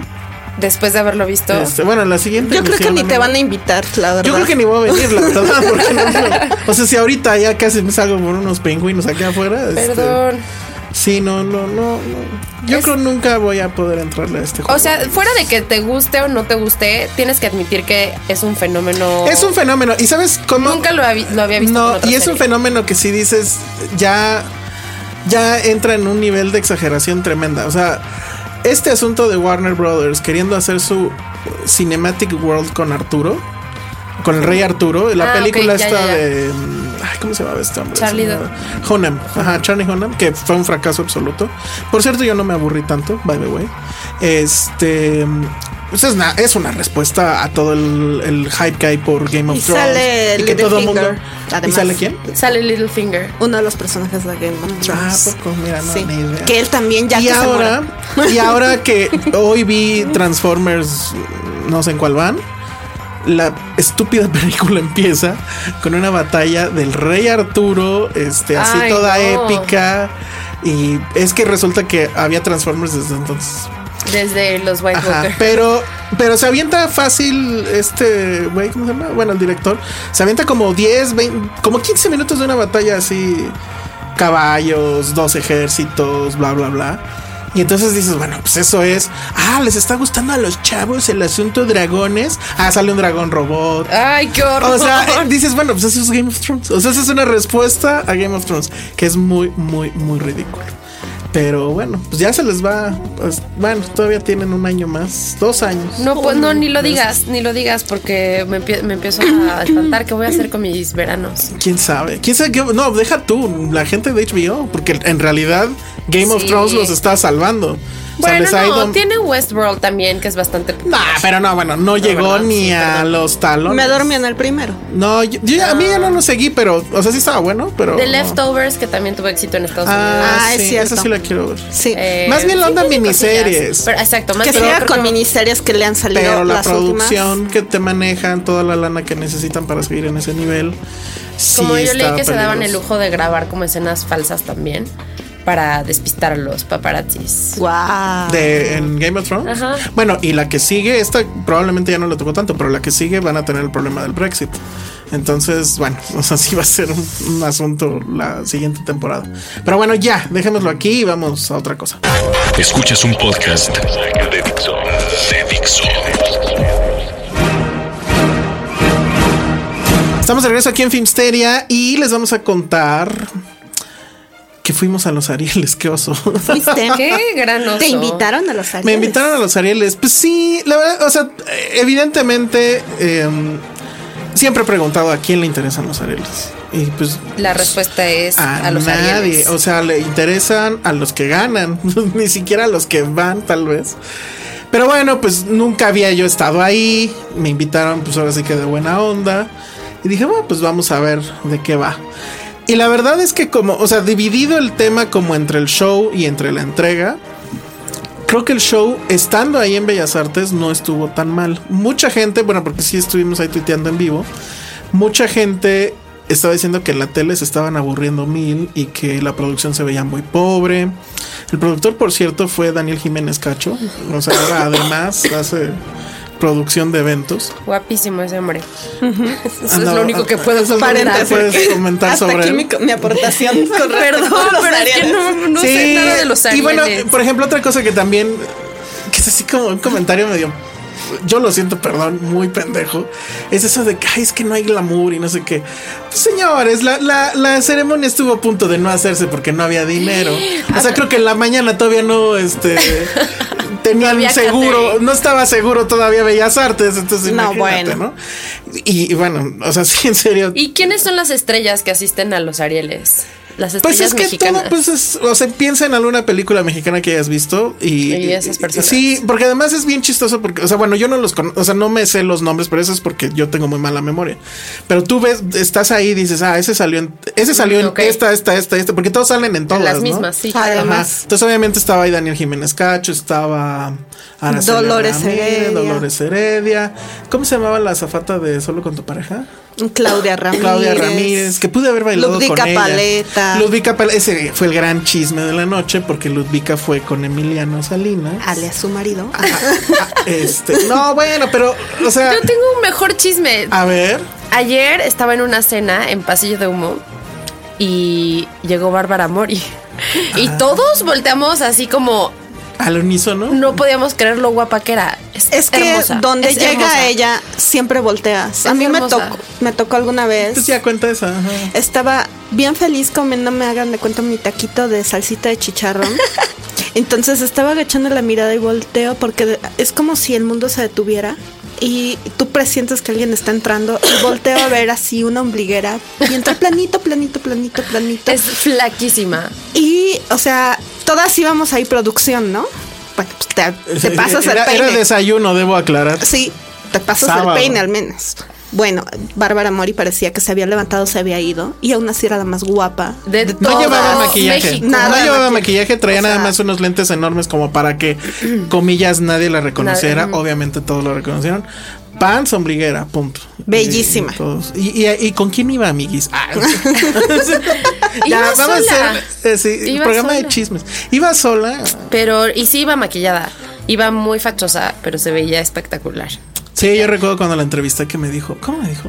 Speaker 3: Después de haberlo visto.
Speaker 2: Este, bueno, la siguiente.
Speaker 4: Yo creo que
Speaker 2: emisión,
Speaker 4: ni
Speaker 2: ¿no?
Speaker 4: te van a invitar, la verdad.
Speaker 2: Yo creo que ni voy a venir, la verdad, porque no, no. O sea, si ahorita ya casi me salgo por unos pingüinos aquí afuera. este,
Speaker 3: Perdón.
Speaker 2: Sí, no, no, no, no. Yo
Speaker 3: Es-
Speaker 2: creo nunca voy a poder entrarle a este juego.
Speaker 3: O sea, fuera de que te guste o no te guste, tienes que admitir que es un fenómeno.
Speaker 2: es un fenómeno. ¿Y sabes cómo?
Speaker 3: Nunca lo, habí- lo había visto.
Speaker 2: No,
Speaker 3: con otra
Speaker 2: y es un
Speaker 3: serie.
Speaker 2: fenómeno que si dices ya ya entra en un nivel de exageración tremenda. O sea, este asunto de Warner Brothers queriendo hacer su Cinematic World con Arturo, con el rey Arturo, la
Speaker 3: Ah,
Speaker 2: película
Speaker 3: ok, ya,
Speaker 2: esta
Speaker 3: ya, ya.
Speaker 2: de mm, ay, ¿cómo se llamaba este hombre?
Speaker 3: Charlie
Speaker 2: Se llamaba- Hunnam, ajá, Charlie Hunnam, que fue un fracaso absoluto. Por cierto, yo no me aburrí tanto, by the way. Este mm, pues es, na- es una respuesta a todo el, el hype que hay por Game of
Speaker 4: Y
Speaker 2: Thrones.
Speaker 4: sale
Speaker 2: y que todo mundo.
Speaker 4: Littlefinger,
Speaker 2: ¿Y
Speaker 4: además.
Speaker 2: sale quién?
Speaker 3: Sale Littlefinger.
Speaker 4: Uno de los personajes de Game of Thrones.
Speaker 2: Ah, poco, mira, no,
Speaker 4: Sí.
Speaker 2: ni idea.
Speaker 4: Que él también ya
Speaker 2: y
Speaker 4: que se
Speaker 2: ahora,
Speaker 4: muera.
Speaker 2: y ahora que hoy vi Transformers, no sé en cuál van, la estúpida película empieza con una batalla del rey Arturo, este, así
Speaker 3: Ay,
Speaker 2: toda
Speaker 3: no.
Speaker 2: épica. Y es que resulta que había Transformers desde entonces.
Speaker 3: Desde los White
Speaker 2: Ajá,
Speaker 3: Walker.
Speaker 2: pero, pero se avienta fácil este güey, ¿cómo se llama? Bueno, el director. Se avienta como 10, 20, como 15 minutos de una batalla así. Caballos, dos ejércitos, bla, bla, bla. Y entonces dices, bueno, pues eso es. Ah, les está gustando a los chavos el asunto dragones. Ah, sale un dragón robot.
Speaker 3: Ay, qué horror.
Speaker 2: O sea, eh, dices, bueno, pues eso es Game of Thrones. O sea, esa es una respuesta a Game of Thrones, que es muy, muy, muy ridículo. Pero bueno, pues ya se les va. pues, bueno, todavía tienen un año más, dos años.
Speaker 3: No, pues no, ni lo digas, ni lo digas, porque me, empie- me empiezo a espantar. ¿Qué voy a hacer con mis veranos?
Speaker 2: ¿Quién sabe? ¿Quién sabe qué? No, deja tú, la gente de HBO, porque en realidad Game of
Speaker 3: Sí.
Speaker 2: Thrones los está salvando. O sea,
Speaker 3: Bueno,
Speaker 2: les ha
Speaker 3: no,
Speaker 2: ido-
Speaker 3: tiene Westworld también, que es bastante.
Speaker 2: Nah, pero no, bueno, no llegó
Speaker 3: ¿verdad?
Speaker 2: ni
Speaker 3: Sí,
Speaker 2: a
Speaker 3: perdón.
Speaker 2: los talones.
Speaker 4: Me dormí en el primero.
Speaker 2: No, yo- yo ya- a mí ya no lo seguí, pero, o sea, sí estaba bueno, pero.
Speaker 3: The
Speaker 2: no.
Speaker 3: Leftovers, que también tuvo éxito en Estados Unidos.
Speaker 2: Ah,
Speaker 4: Ah, es
Speaker 2: sí,
Speaker 4: cierto.
Speaker 2: esa sí la quiero ver.
Speaker 4: Sí.
Speaker 3: Eh,
Speaker 2: Más bien la
Speaker 3: sí
Speaker 2: onda
Speaker 3: tiene
Speaker 2: miniseries.
Speaker 3: cosillas. Pero- exacto, más
Speaker 4: que
Speaker 3: bien-
Speaker 4: siga
Speaker 3: creo
Speaker 4: con
Speaker 3: que-
Speaker 4: miniseries que le han salido
Speaker 2: Pero la
Speaker 4: las
Speaker 2: producción
Speaker 4: últimas.
Speaker 2: que te manejan, toda la lana que necesitan para seguir en ese nivel. sí
Speaker 3: Como yo leí
Speaker 2: está
Speaker 3: que se daban el
Speaker 2: peligroso.
Speaker 3: lujo de grabar como escenas falsas también para despistar a los paparazzis.
Speaker 4: Wow.
Speaker 2: De, en Game of Thrones.
Speaker 3: Ajá.
Speaker 2: Bueno, y la que sigue, esta probablemente ya no le tocó tanto, pero la que sigue van a tener el problema del Brexit. Entonces, bueno, o sea, sí va a ser un, un asunto la siguiente temporada. Pero bueno, ya, dejémoslo aquí y vamos a otra cosa.
Speaker 1: Escuchas un podcast de Dixo. De Dixo.
Speaker 2: Estamos de regreso aquí en Filmsteria y les vamos a contar que fuimos a los Arieles, qué oso.
Speaker 4: ¿Fuiste?
Speaker 3: Qué gran oso.
Speaker 4: Te invitaron a los
Speaker 2: Me
Speaker 4: Arieles?
Speaker 2: invitaron a los Arieles. Pues sí, la verdad, o sea, evidentemente eh, siempre he preguntado a quién le interesan los Arieles. Y pues
Speaker 3: La respuesta es
Speaker 2: a,
Speaker 3: a, los
Speaker 2: nadie.
Speaker 3: Arieles.
Speaker 2: O sea, le interesan a los que ganan, pues, ni siquiera a los que van, tal vez. Pero bueno, pues nunca había yo estado ahí. Me invitaron, pues ahora sí que de buena onda. Y dije, bueno, pues vamos a ver de qué va. Y la verdad es que como, o sea, dividido el tema como entre el show y entre la entrega, creo que el show, estando ahí en Bellas Artes, no estuvo tan mal. Mucha gente, bueno, porque sí estuvimos ahí tuiteando en vivo, mucha gente estaba diciendo que en la tele se estaban aburriendo mil y que la producción se veía muy pobre. El productor, por cierto, fue Daniel Jiménez Cacho. O sea, ahora además hace producción de eventos.
Speaker 3: Guapísimo ese hombre. Eso es
Speaker 2: Anda-
Speaker 3: lo único que puedo
Speaker 2: eso es lo único que
Speaker 3: paréntesis.
Speaker 2: puedes comentar
Speaker 4: Hasta
Speaker 2: sobre
Speaker 4: aquí
Speaker 2: él.
Speaker 4: mi, mi aportación con respecto a
Speaker 3: Perdón,
Speaker 4: los
Speaker 3: pero es que
Speaker 4: Arieles.
Speaker 3: no, no sé nada de los
Speaker 2: Y
Speaker 3: Arieles.
Speaker 2: bueno, por ejemplo, otra cosa que también, que es así como un comentario medio yo lo siento, perdón, muy pendejo, es eso de que, ay, es que no hay glamour y no sé qué. Señores, la, la, la ceremonia estuvo a punto de no hacerse porque no había dinero. O sea, creo que en la mañana todavía no, este, tenían
Speaker 3: había
Speaker 2: seguro,
Speaker 3: catering.
Speaker 2: no estaba seguro todavía Bellas Artes, entonces
Speaker 4: No,
Speaker 2: imagínate,
Speaker 4: bueno.
Speaker 2: ¿no? Y, y bueno, o sea, sí, en serio.
Speaker 3: ¿Y quiénes son las estrellas que asisten a los Arieles? Las estrellas
Speaker 2: Pues es que
Speaker 3: mexicanas.
Speaker 2: todo, pues es, o sea, piensa en alguna película mexicana que hayas visto y,
Speaker 3: Y esas personas.
Speaker 2: Sí, porque además es bien chistoso porque, o sea, bueno, yo no los conozco, o sea, no me sé los nombres, pero eso es porque yo tengo muy mala memoria. Pero tú ves, estás ahí y dices, ah, ese salió en, ese salió en
Speaker 3: Ok.
Speaker 2: esta, esta, esta, esta, porque todos salen en todas.
Speaker 3: las
Speaker 2: ¿no?
Speaker 3: mismas, sí.
Speaker 2: Ajá.
Speaker 4: Además.
Speaker 2: Entonces, obviamente estaba ahí Daniel Jiménez Cacho, estaba Araceli
Speaker 4: Dolores
Speaker 2: Ramírez,
Speaker 4: Heredia.
Speaker 2: Dolores Heredia. ¿Cómo se llamaba la zafata de Solo con tu pareja?
Speaker 4: Claudia Ramírez.
Speaker 2: Claudia Ramírez, que pude haber bailado
Speaker 4: Ludvica
Speaker 2: con ella.
Speaker 4: Paleta.
Speaker 2: Ludvica Paleta. Ese fue el gran chisme de la noche porque Ludvica fue con Emiliano Salinas.
Speaker 4: Alias su marido.
Speaker 2: Ah. Este, no, bueno, pero, o sea,
Speaker 3: Yo tengo un mejor chisme.
Speaker 2: a ver.
Speaker 3: Ayer estaba en una cena en Pasillo de Humo y llegó Bárbara Mori. Y todos volteamos así como
Speaker 2: Al unísono.
Speaker 3: no podíamos creer lo guapa que era. Es,
Speaker 4: Es que
Speaker 3: hermosa,
Speaker 4: donde
Speaker 3: es
Speaker 4: llega
Speaker 3: hermosa.
Speaker 4: ella, siempre volteas. a mí me
Speaker 3: hermosa.
Speaker 4: tocó, me tocó alguna
Speaker 2: Entonces
Speaker 4: vez.
Speaker 2: Pues ya cuenta esa. ajá.
Speaker 4: Estaba bien feliz comiéndome, hagan de cuenta, mi taquito de salsita de chicharrón. Entonces estaba agachando la mirada y volteo porque de- es como si el mundo se detuviera y tú presientes que alguien está entrando y volteo a ver así una ombliguera y entra planito, planito, planito, planito.
Speaker 3: Es flaquísima.
Speaker 4: Y, o sea, todas íbamos ahí producción, ¿no? Bueno, pues te, te pasas
Speaker 2: era,
Speaker 4: el peine.
Speaker 2: Era desayuno, debo aclarar.
Speaker 4: Sí, te pasas
Speaker 2: Sábado.
Speaker 4: el peine al menos. Bueno, Bárbara Mori parecía que se había levantado, se había ido y aún así era la más guapa.
Speaker 3: De
Speaker 2: No
Speaker 3: todo
Speaker 2: llevaba maquillaje.
Speaker 3: México.
Speaker 4: Nada
Speaker 2: no
Speaker 4: de
Speaker 2: llevaba
Speaker 4: maquillaje.
Speaker 2: maquillaje, traía
Speaker 4: O sea-
Speaker 2: nada más unos lentes enormes como para que, comillas, nadie la reconociera.
Speaker 3: Nadie, ujú.
Speaker 2: Obviamente todos lo reconocieron. Pan sombriguera, punto.
Speaker 4: Bellísima.
Speaker 2: Y, todos- y- y- y con quién iba, amiguis? Ah,
Speaker 3: Iba sola.
Speaker 2: eh, sí,
Speaker 3: Iba
Speaker 2: programa de
Speaker 3: sola.
Speaker 2: chismes. Iba sola.
Speaker 3: Pero, y sí iba maquillada. Iba muy fachosa, pero se veía espectacular.
Speaker 2: Sí, yo recuerdo cuando la entrevista que me dijo, ¿cómo me dijo?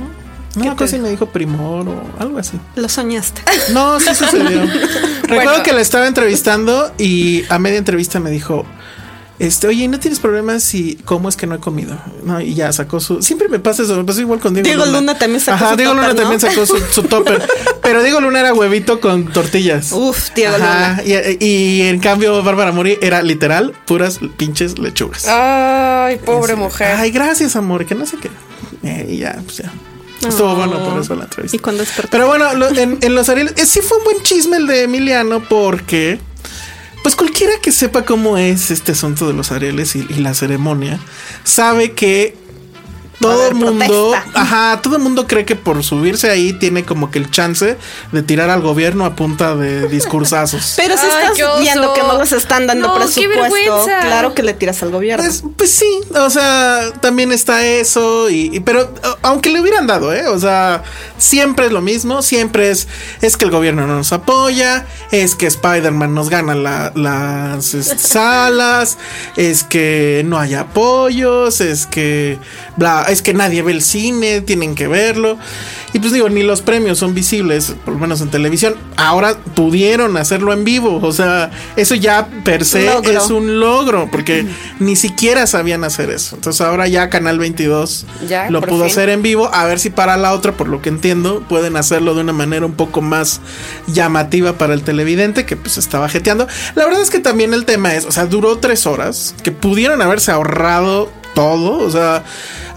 Speaker 2: No, me acuerdo si me dijo primor o algo así.
Speaker 4: Lo soñaste.
Speaker 2: No, sí sucedió. Recuerdo que la estaba entrevistando y a media entrevista me dijo, este, oye, ¿no tienes problemas si cómo es que no he comido? No, y ya sacó su. Siempre me pasa eso, me pasó igual con Diego,
Speaker 4: Diego Luna también sacó
Speaker 2: Ajá,
Speaker 4: su
Speaker 2: Diego
Speaker 4: topper,
Speaker 2: Luna
Speaker 4: ¿no?
Speaker 2: también sacó su, su topper. pero Diego Luna era huevito con tortillas.
Speaker 4: Uf, Diego
Speaker 2: Ajá, Y, y en cambio, Bárbara Mori era literal puras pinches lechugas.
Speaker 3: Ay, pobre
Speaker 2: Ay, gracias, amor, que no sé qué. Eh, y ya, pues ya. Estuvo bueno por eso la entrevista.
Speaker 4: Ah. Y cuando despertó.
Speaker 2: Pero bueno, lo- en, en los Ariel, eh, sí fue un buen chisme el de Emiliano, porque. Pues cualquiera que sepa cómo es este asunto de los Arieles y, y la ceremonia, sabe que
Speaker 4: Va a
Speaker 2: todo el
Speaker 4: haber
Speaker 2: mundo.
Speaker 4: protesta.
Speaker 2: Ajá, todo el mundo cree que por subirse ahí tiene como que el chance de tirar al gobierno a punta de discursazos.
Speaker 4: Pero si
Speaker 3: Ay, qué oso.
Speaker 4: estás viendo que no les están dando
Speaker 3: No, qué
Speaker 4: presupuesto,
Speaker 3: vergüenza.
Speaker 4: claro que le tiras al gobierno.
Speaker 2: Pues, pues sí, o sea, también está eso, y, y- pero a- aunque le hubieran dado, ¿eh? O sea, siempre es lo mismo, siempre es, es que el gobierno no nos apoya, es que Spider-Man nos gana la- las este, salas, es que no hay apoyos, es que, bla, es que nadie ve el cine, tienen que verlo. Y pues digo, ni los premios son visibles, por lo menos en televisión. Ahora pudieron hacerlo en vivo, o sea, eso ya per se
Speaker 4: Logro.
Speaker 2: es un un logro, porque ni siquiera sabían hacer eso. Entonces ahora ya Canal 22
Speaker 3: Ya,
Speaker 2: lo
Speaker 3: por
Speaker 2: pudo
Speaker 3: fin.
Speaker 2: hacer en vivo, a ver si para la otra, por lo que entiendo, pueden hacerlo de una manera un poco más llamativa para el televidente que pues estaba jeteando. La verdad es que también el tema es, o sea, duró tres horas, que pudieron haberse ahorrado todo, o sea,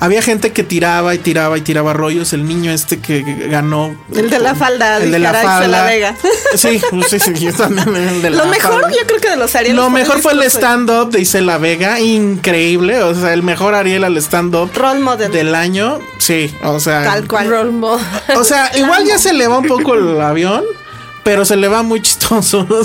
Speaker 2: había gente que tiraba y tiraba y tiraba rollos, el niño este que ganó.
Speaker 4: El de la falda,
Speaker 2: el de la
Speaker 4: dijera Axel
Speaker 2: falda.
Speaker 4: Vega.
Speaker 2: Sí, sí, sí, yo también, el de
Speaker 4: lo
Speaker 2: la
Speaker 4: mejor,
Speaker 2: falda.
Speaker 4: yo creo que de los Ariel.
Speaker 2: Lo mejor fue el
Speaker 4: ¿eh?
Speaker 2: stand-up de Isela Vega, increíble. O sea, el mejor Ariel al stand-up
Speaker 4: Role model.
Speaker 2: del año. Sí, o sea.
Speaker 4: Tal cual.
Speaker 3: Role model.
Speaker 2: O sea, igual ya se le va un poco el avión, pero se le va muy chistoso.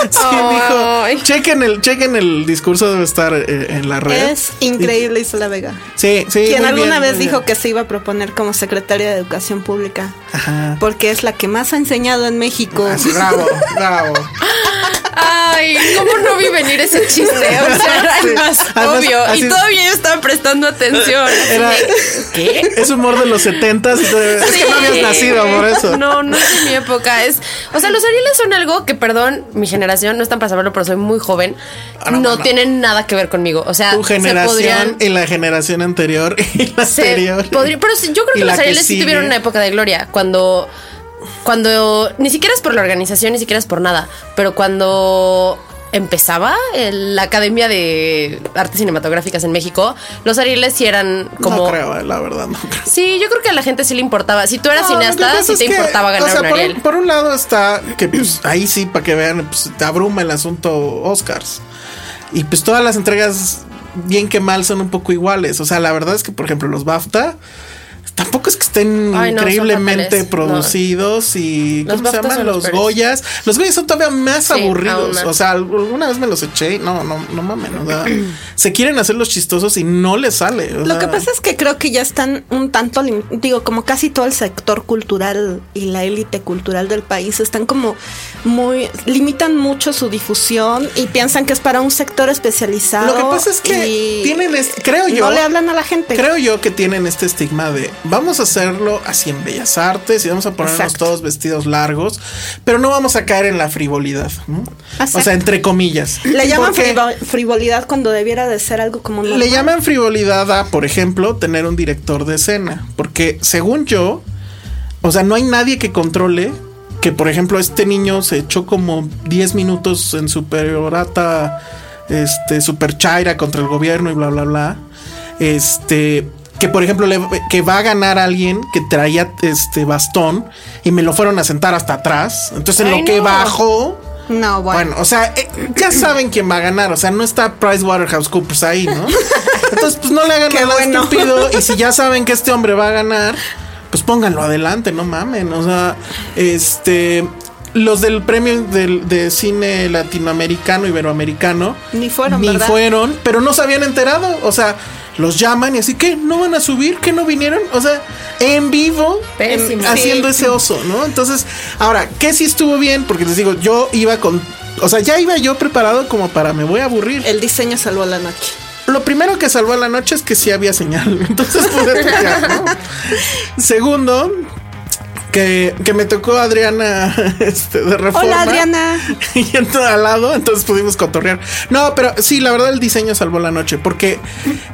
Speaker 2: O sea, sí
Speaker 3: Ay.
Speaker 2: dijo. Chequen el, chequen el discurso, debe estar eh, en la red.
Speaker 4: Es increíble Isla Vega.
Speaker 2: Sí, sí.
Speaker 4: Quien
Speaker 2: muy
Speaker 4: alguna
Speaker 2: bien,
Speaker 4: vez
Speaker 2: muy
Speaker 4: dijo
Speaker 2: bien.
Speaker 4: que se iba a proponer como secretaria de Educación Pública.
Speaker 2: Ajá.
Speaker 4: Porque es la que más ha enseñado en México.
Speaker 2: Ah, Bravo, bravo.
Speaker 3: Ay, ¿cómo no vi venir ese chiste? O sea, era
Speaker 2: Sí.
Speaker 3: más
Speaker 4: Eh,
Speaker 2: Además,
Speaker 3: obvio.
Speaker 2: así-
Speaker 3: Y todavía yo estaba prestando atención.
Speaker 2: Era-
Speaker 3: ¿Qué?
Speaker 2: Es humor de los setentas. Es que no habías
Speaker 3: Sí.
Speaker 2: nacido por eso.
Speaker 3: No, no es de mi época. Es, o sea, los Arieles son algo que, perdón, mi generación no están para saberlo, pero soy muy joven.
Speaker 2: Ah, no,
Speaker 3: no
Speaker 2: no, no.
Speaker 3: tienen nada que ver conmigo. O sea,
Speaker 2: tu
Speaker 3: se
Speaker 2: generación
Speaker 3: podrían.
Speaker 2: y la generación anterior y la
Speaker 3: se
Speaker 2: anterior.
Speaker 3: podría- pero sí, yo creo
Speaker 2: Y
Speaker 3: que
Speaker 2: la
Speaker 3: los Arieles sí
Speaker 2: sigue.
Speaker 3: tuvieron una época de gloria. Cuando. Cuando. Ni siquiera es por la organización, ni siquiera es por nada. Pero cuando. Empezaba el- la Academia de Artes Cinematográficas en México. Los Arieles sí eran como.
Speaker 2: No creo, eh, la verdad, no creo.
Speaker 3: Sí, yo creo que a la gente sí le importaba. Si tú eras
Speaker 2: No, lo que
Speaker 3: cineasta,
Speaker 2: pasa
Speaker 3: sí
Speaker 2: es
Speaker 3: te
Speaker 2: que,
Speaker 3: importaba ganar
Speaker 2: o sea,
Speaker 3: un
Speaker 2: por,
Speaker 3: Ariel.
Speaker 2: por un lado está que pues, ahí sí, para que vean, pues, te abruma el asunto Oscars. Y pues todas las entregas, bien que mal, son un poco iguales. O sea, la verdad es que, por ejemplo, los BAFTA tampoco es que estén
Speaker 3: Ay, no, son
Speaker 2: increíblemente
Speaker 3: fatales. No.
Speaker 2: producidos y
Speaker 3: Los
Speaker 2: ¿cómo se
Speaker 3: BAFTA
Speaker 2: llaman?
Speaker 3: son los
Speaker 2: Los
Speaker 3: peores.
Speaker 2: Goyas. Los Goyas son todavía más
Speaker 3: Sí, aún
Speaker 2: aburridos.
Speaker 3: más.
Speaker 2: O sea, alguna vez me los eché. y No, no, no mames. o sea, se quieren hacer los chistosos y no les sale. o
Speaker 4: Lo
Speaker 2: sea.
Speaker 4: que pasa es que creo que ya están un tanto, lim- digo, como casi todo el sector cultural y la élite cultural del país están como muy, limitan mucho su difusión y piensan que es para un sector especializado.
Speaker 2: Lo que pasa es que
Speaker 4: y
Speaker 2: tienen, es- creo yo,
Speaker 4: No le hablan a la gente.
Speaker 2: Creo yo que tienen este estigma de vamos a hacerlo así en Bellas Artes y vamos a ponernos
Speaker 4: Exacto.
Speaker 2: todos vestidos largos, pero no vamos a caer en la frivolidad, ¿no? O sea,
Speaker 4: Exacto.
Speaker 2: entre comillas.
Speaker 4: le llaman
Speaker 2: Porque
Speaker 4: frivol- frivolidad cuando debiera de ser algo como normal.
Speaker 2: le llaman frivolidad a, por ejemplo, tener un director de escena, porque según yo, o sea, no hay nadie que controle que, por ejemplo, este niño se echó como 10 minutos en superorata, este, super chaira contra el gobierno y bla, bla, bla. Este, que, por ejemplo, le- que va a ganar alguien que traía este bastón y me lo fueron a sentar hasta atrás. Entonces, en
Speaker 3: Ay,
Speaker 2: lo que
Speaker 3: no.
Speaker 2: bajó. Bueno,
Speaker 4: No, bueno.
Speaker 2: o sea, eh, ya saben quién va a ganar. O sea, no está PricewaterhouseCoopers ahí, ¿no? Entonces, pues no le hagan
Speaker 4: Qué
Speaker 2: nada
Speaker 4: bueno.
Speaker 2: estúpido. Y si ya saben que este hombre va a ganar, pues pónganlo adelante, no mamen. O sea, este. Los del premio del- de cine latinoamericano, iberoamericano.
Speaker 4: Ni fueron,
Speaker 2: Ni
Speaker 4: ¿verdad?
Speaker 2: fueron, pero no se habían enterado. O sea, los llaman y así que no van a subir, que no vinieron. O sea, en vivo, en-
Speaker 3: Pésimo.
Speaker 2: haciendo ese oso, ¿no? Entonces, ahora, ¿qué sí estuvo bien? Porque les digo, yo iba con. O sea, ya iba yo preparado como para me voy a aburrir.
Speaker 4: El diseño salvó la noche.
Speaker 2: Lo primero que salvó a la noche es que sí había señal. Entonces pude estudiar, ¿no? Segundo, que, que me tocó Adriana este, de Reforma.
Speaker 4: Hola, Adriana.
Speaker 2: Y entró al lado, entonces pudimos cotorrear. No, pero sí, la verdad el diseño salvó la noche, porque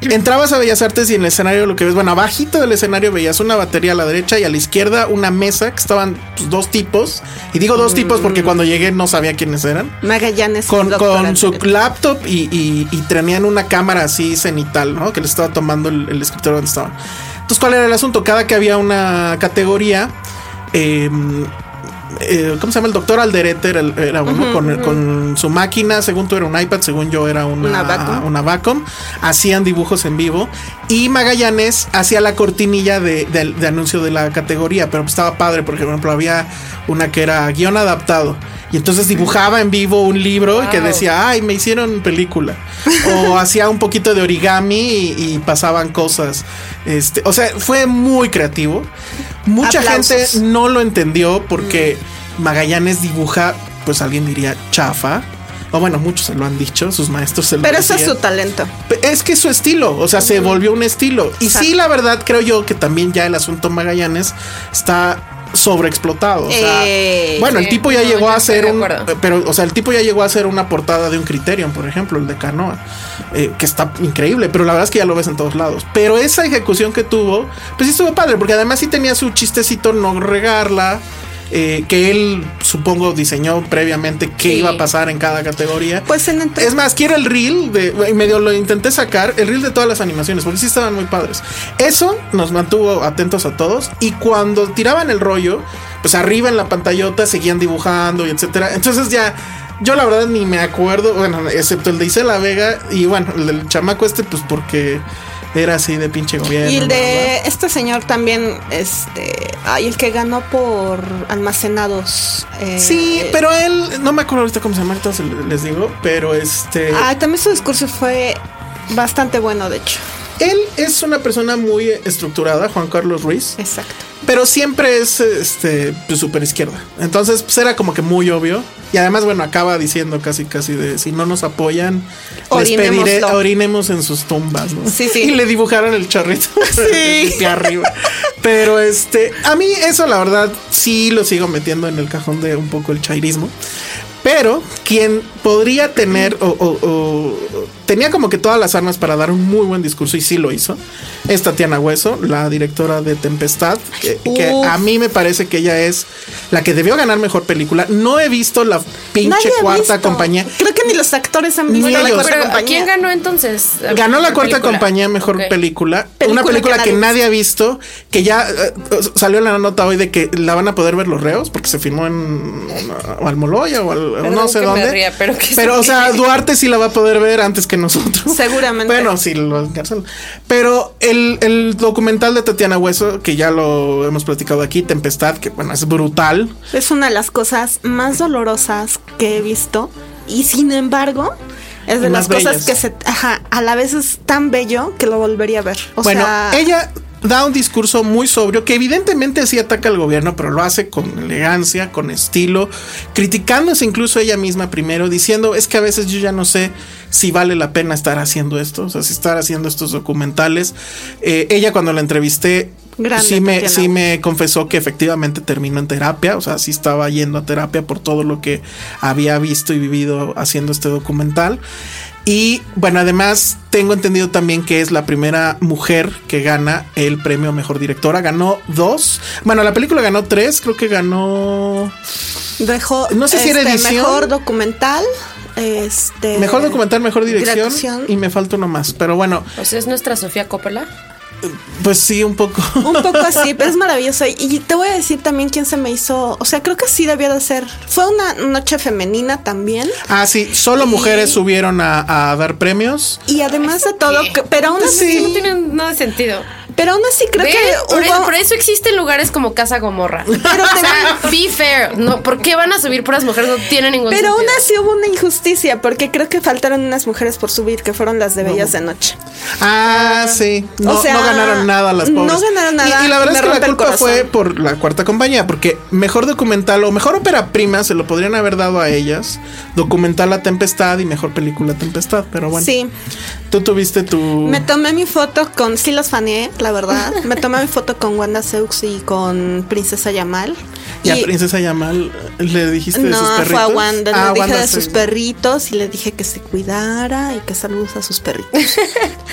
Speaker 2: entrabas a Bellas Artes y en el escenario lo que ves, bueno, abajito del escenario veías una batería a la derecha y a la izquierda una mesa que estaban pues, dos tipos. Y digo dos tipos porque cuando llegué no sabía quiénes eran
Speaker 4: Magallanes.
Speaker 2: con,
Speaker 4: doctora
Speaker 2: con su
Speaker 4: Andrés.
Speaker 2: laptop y, y, y tenían una cámara así cenital, ¿no? Que le estaba tomando el, el escritorio donde estaban. Entonces, ¿cuál era el asunto? Cada que había una categoría, eh, eh, ¿cómo se llama? El doctor Alderete era, el- era uno con, con su máquina, según tú era un iPad, según yo era una,
Speaker 4: Una Wacom.
Speaker 2: una Wacom. Hacían dibujos en vivo y Magallanes hacía la cortinilla de, de- de anuncio de la categoría, pero pues estaba padre porque, por ejemplo, había una que era guión adaptado y entonces dibujaba en vivo un libro y que
Speaker 3: Wow.
Speaker 2: decía, ay, me hicieron película. O hacía un poquito de origami y, y pasaban cosas. Este, o sea, fue muy creativo. Mucha
Speaker 4: Aplausos. Mm.
Speaker 2: gente no lo entendió porque Magallanes dibuja, pues alguien diría chafa. O bueno, muchos se lo han dicho, sus maestros se lo
Speaker 4: Pero eso es
Speaker 2: decían.
Speaker 4: su talento.
Speaker 2: Es que es su estilo, o sea, se volvió un estilo. Y sí, la verdad, creo yo que también ya el asunto Magallanes está sobreexplotado. o sea,
Speaker 4: Eh,
Speaker 2: bueno, el
Speaker 3: sí,
Speaker 2: tipo ya
Speaker 3: no,
Speaker 2: llegó
Speaker 3: yo
Speaker 2: a
Speaker 3: estoy
Speaker 2: hacer
Speaker 3: de
Speaker 2: un.
Speaker 3: acuerdo.
Speaker 2: Pero, o sea, el tipo ya llegó a hacer una portada de un Criterion, por ejemplo, el de Canoa, eh, que está increíble, pero la verdad es que ya lo ves en todos lados. Pero esa ejecución que tuvo, pues sí estuvo padre, porque además sí tenía su chistecito no regarla. eh, que él supongo diseñó previamente qué
Speaker 3: Sí.
Speaker 2: iba a pasar en cada categoría.
Speaker 4: Pues en entre-
Speaker 2: Es más, quiero el reel de. y Medio lo intenté sacar, el reel de todas las animaciones, porque sí estaban muy padres. Eso nos mantuvo atentos a todos. Y cuando tiraban el rollo, pues arriba en la pantallota seguían dibujando y etcétera. Entonces ya. Yo la verdad ni me acuerdo, bueno, excepto el de Isela Vega y bueno, el del chamaco este, pues porque era así de pinche gobierno.
Speaker 4: Y el
Speaker 2: bla, bla, bla.
Speaker 4: de este señor también, este, ay, el que ganó por almacenados. eh,
Speaker 2: Sí, pero él, no me acuerdo ahorita cómo se llama, entonces les digo, pero este...
Speaker 4: Ah, también su discurso fue bastante bueno, de hecho.
Speaker 2: Él es una persona muy estructurada, Juan Carlos Ruiz.
Speaker 4: Exacto.
Speaker 2: Pero siempre es este super izquierda. Entonces, pues era como que muy obvio. Y además, bueno, acaba diciendo casi casi de si no nos apoyan, les pediré
Speaker 4: Orinémoslo.
Speaker 2: orinemos en sus tumbas, ¿no?
Speaker 4: Sí, sí.
Speaker 2: Y le dibujaron el chorrito
Speaker 4: Sí.
Speaker 2: hacia arriba. Pero este, a mí eso la verdad sí lo sigo metiendo en el cajón de un poco el chairismo. Pero quien podría tener o, o- o- tenía como que todas las armas para dar un muy buen discurso y sí lo hizo, es Tatiana Hueso, la directora de Tempestad, que, que
Speaker 4: uf.
Speaker 2: a mí me parece que ella es la que debió ganar mejor película. No he visto la pinche
Speaker 4: Nadie ha
Speaker 2: cuarta
Speaker 4: visto.
Speaker 2: compañía.
Speaker 4: Creo que ni los actores han visto
Speaker 2: Ni
Speaker 4: la
Speaker 2: ellos.
Speaker 4: cuarta
Speaker 3: Pero,
Speaker 4: compañía.
Speaker 3: ¿Quién ganó entonces?
Speaker 2: Ganó la
Speaker 3: Mejor
Speaker 2: cuarta
Speaker 3: película.
Speaker 2: compañía mejor
Speaker 3: Ok.
Speaker 2: película,
Speaker 4: Película
Speaker 2: Una película
Speaker 4: que
Speaker 2: que,
Speaker 4: nadie
Speaker 2: nadie ha visto, que ya eh, salió en la nota hoy de que la van a poder ver los reos, porque se filmó en o Almoloya o al-
Speaker 3: Perdón
Speaker 2: no sé
Speaker 3: que me
Speaker 2: dónde.
Speaker 3: ría, pero que
Speaker 2: Pero,
Speaker 3: sí.
Speaker 2: o sea, Duarte sí la va a poder ver antes que nosotros.
Speaker 4: Seguramente.
Speaker 2: Bueno, sí, lo alcanzan. Pero el, el documental de Tatiana Hueso, que ya lo hemos platicado aquí, Tempestad, que bueno, es brutal.
Speaker 4: Es una de las cosas más dolorosas que he visto. Y sin embargo, es de
Speaker 2: Y
Speaker 4: las
Speaker 2: más bellas.
Speaker 4: cosas que se. Ajá, a la vez es tan bello que lo volvería a ver. O
Speaker 2: bueno,
Speaker 4: sea,
Speaker 2: ella da un discurso muy sobrio que evidentemente sí ataca al gobierno, pero lo hace con elegancia, con estilo, criticándose incluso ella misma primero, diciendo es que a veces yo ya no sé si vale la pena estar haciendo esto, o sea, si estar haciendo estos documentales. Eh, ella cuando la entrevisté
Speaker 4: Grande,
Speaker 2: sí me,
Speaker 4: Tatiana.
Speaker 2: sí me confesó que efectivamente terminó en terapia, o sea, sí estaba yendo a terapia por todo lo que había visto y vivido haciendo este documental. Y bueno, además tengo entendido también que es la primera mujer que gana el premio Mejor Directora. Ganó dos. Bueno, la película ganó tres, creo que ganó...
Speaker 4: dejó.
Speaker 2: no sé si era
Speaker 4: este,
Speaker 2: edición.
Speaker 4: Mejor documental. Este.
Speaker 2: Mejor documental, mejor dirección.
Speaker 4: Dirección.
Speaker 2: Y me falta uno más. Pero bueno,
Speaker 3: O sea, es nuestra Sofía Coppola.
Speaker 2: pues sí, un poco.
Speaker 4: Un poco así, pero es maravilloso. Y te voy a decir también quién se me hizo. O sea, creo que sí debía de ser. Fue una noche femenina también.
Speaker 2: Ah, sí, solo mujeres subieron a, a dar premios.
Speaker 4: Y además de todo, que- pero aún
Speaker 2: Pues
Speaker 3: No
Speaker 4: así,
Speaker 3: tiene nada de sentido.
Speaker 4: pero aún así creo
Speaker 3: Ve,
Speaker 4: que
Speaker 3: por, eso,
Speaker 4: hubo,
Speaker 3: por eso existen lugares como Casa Gomorra.
Speaker 4: Pero
Speaker 3: o sea,
Speaker 4: te-
Speaker 3: be fair. No, ¿Por qué van a subir puras mujeres? No tiene ningún
Speaker 4: pero aún
Speaker 3: sentido.
Speaker 4: así hubo una injusticia porque creo que faltaron unas mujeres por subir que fueron las de Bellas de Noche.
Speaker 2: Ah, sí. No,
Speaker 4: O sea,
Speaker 2: no ganaron nada las
Speaker 4: no
Speaker 2: pobres.
Speaker 4: ganaron
Speaker 2: Y-
Speaker 4: nada,
Speaker 2: Y, la verdad
Speaker 4: me
Speaker 2: es que
Speaker 4: rompe
Speaker 2: la
Speaker 4: el
Speaker 2: culpa
Speaker 4: corazón.
Speaker 2: fue por la cuarta compañía, porque mejor documental o mejor ópera prima se lo podrían haber dado a ellas. Documental La Tempestad y mejor película Tempestad, pero bueno.
Speaker 4: Sí,
Speaker 2: Tú tuviste tu.
Speaker 4: me tomé mi foto con sí los faneé, la verdad. Me tomé mi foto con Wanda Seux y con Princesa Yamal.
Speaker 2: y a
Speaker 4: Y-
Speaker 2: Princesa Yamal le dijiste de sus
Speaker 4: No,
Speaker 2: perritos.
Speaker 4: fue a Wanda, le
Speaker 2: Ah,
Speaker 4: dije
Speaker 2: Wanda
Speaker 4: de
Speaker 2: sí.
Speaker 4: sus perritos y le dije que se cuidara y que saludos a sus perritos.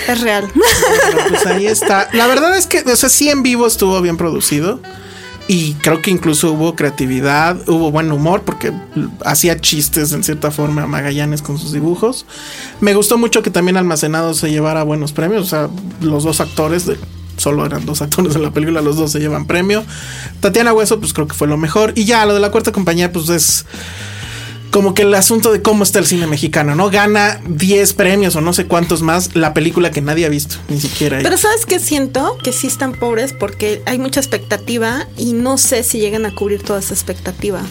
Speaker 4: es real.
Speaker 2: Bueno, pues ahí está. La verdad es que, o sea, sí en vivo estuvo bien producido. Y creo que incluso hubo creatividad, hubo buen humor, porque l- hacía chistes en cierta forma a Magallanes con sus dibujos. Me gustó mucho que también Almacenado se llevara buenos premios. O sea, los dos actores, de, solo eran dos actores en la película, los dos se llevan premio. Tatiana Hueso, pues creo que fue lo mejor. Y ya lo de la cuarta compañía, pues es como que el asunto de cómo está el cine mexicano, ¿no? Gana 10 premios o no sé cuántos más la película que nadie ha visto, ni siquiera. ella.
Speaker 4: Pero ¿sabes qué siento? Que sí están pobres porque hay mucha expectativa y no sé si llegan a cubrir toda esa expectativa.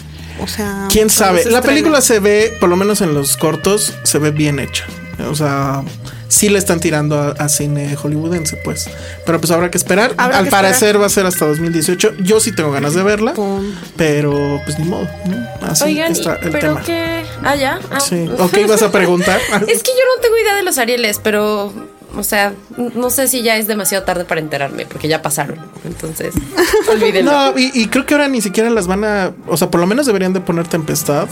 Speaker 4: O sea,
Speaker 3: Ah,
Speaker 2: ¿Quién
Speaker 4: cuando
Speaker 2: sabe?
Speaker 4: se
Speaker 2: La
Speaker 4: estrene.
Speaker 2: película se ve, por lo menos en los cortos, se ve bien hecha. O sea, sí le están tirando a, a cine hollywoodense, pues. Pero pues habrá que esperar.
Speaker 4: Habrá
Speaker 2: Al
Speaker 4: que esperar.
Speaker 2: parecer va a ser hasta 2018. Yo sí tengo ganas de verla,
Speaker 4: Pum.
Speaker 2: pero pues ni modo. ¿no? Así
Speaker 3: Oigan,
Speaker 2: está
Speaker 3: y-
Speaker 2: el
Speaker 3: pero
Speaker 2: tema.
Speaker 3: que. Ah, ya. Ah.
Speaker 2: Sí. Ok, ¿vas a preguntar?
Speaker 3: es que yo no tengo idea de los Arieles, pero. O sea, no sé si ya es demasiado tarde para enterarme, porque ya pasaron. Entonces, olvídenlo.
Speaker 2: No, y, y creo que ahora ni siquiera las van a. O sea, por lo menos deberían de poner Tempestad.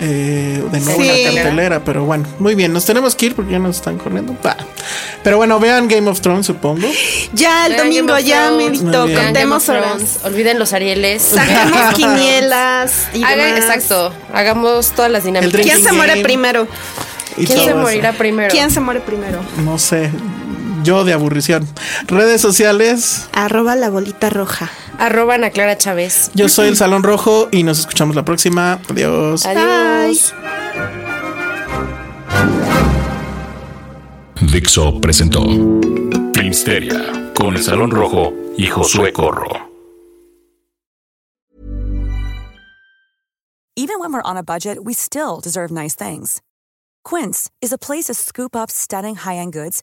Speaker 2: eh, de nuevo
Speaker 4: Sí.
Speaker 2: en la cartelera, pero bueno, muy bien, nos tenemos que ir porque ya nos están corriendo. Bah. Pero bueno, vean Game of Thrones, supongo.
Speaker 4: Ya el
Speaker 3: Vean
Speaker 4: domingo
Speaker 3: Eh, Game of
Speaker 4: ya,
Speaker 3: Thrones,
Speaker 4: Mirito,
Speaker 2: Muy bien.
Speaker 3: Vean Game of
Speaker 4: contemos horas.
Speaker 3: Thrones, Olviden los Arieles.
Speaker 4: Sacamos quinielas y
Speaker 3: Haga-
Speaker 4: demás.
Speaker 3: exacto. Hagamos todas las dinámicas.
Speaker 2: drinking
Speaker 4: ¿Quién se muere
Speaker 2: game.
Speaker 4: primero?
Speaker 2: Y
Speaker 3: ¿Quién
Speaker 2: todo
Speaker 3: se
Speaker 2: eso.
Speaker 3: morirá primero?
Speaker 4: ¿Quién se muere primero?
Speaker 2: No sé, yo de aburrición. Redes sociales,
Speaker 4: Arroba la bolita roja.
Speaker 3: Arroba Ana Clara Chávez.
Speaker 2: yo soy el Salón Rojo y nos escuchamos la próxima. Adiós.
Speaker 4: Ah.
Speaker 3: Adiós.
Speaker 1: Dixo presentó Filmsteria con el Salón Rojo y Josué Corro.
Speaker 5: Even when we're on a budget, we still deserve nice things. Quince is a place to scoop up stunning high end goods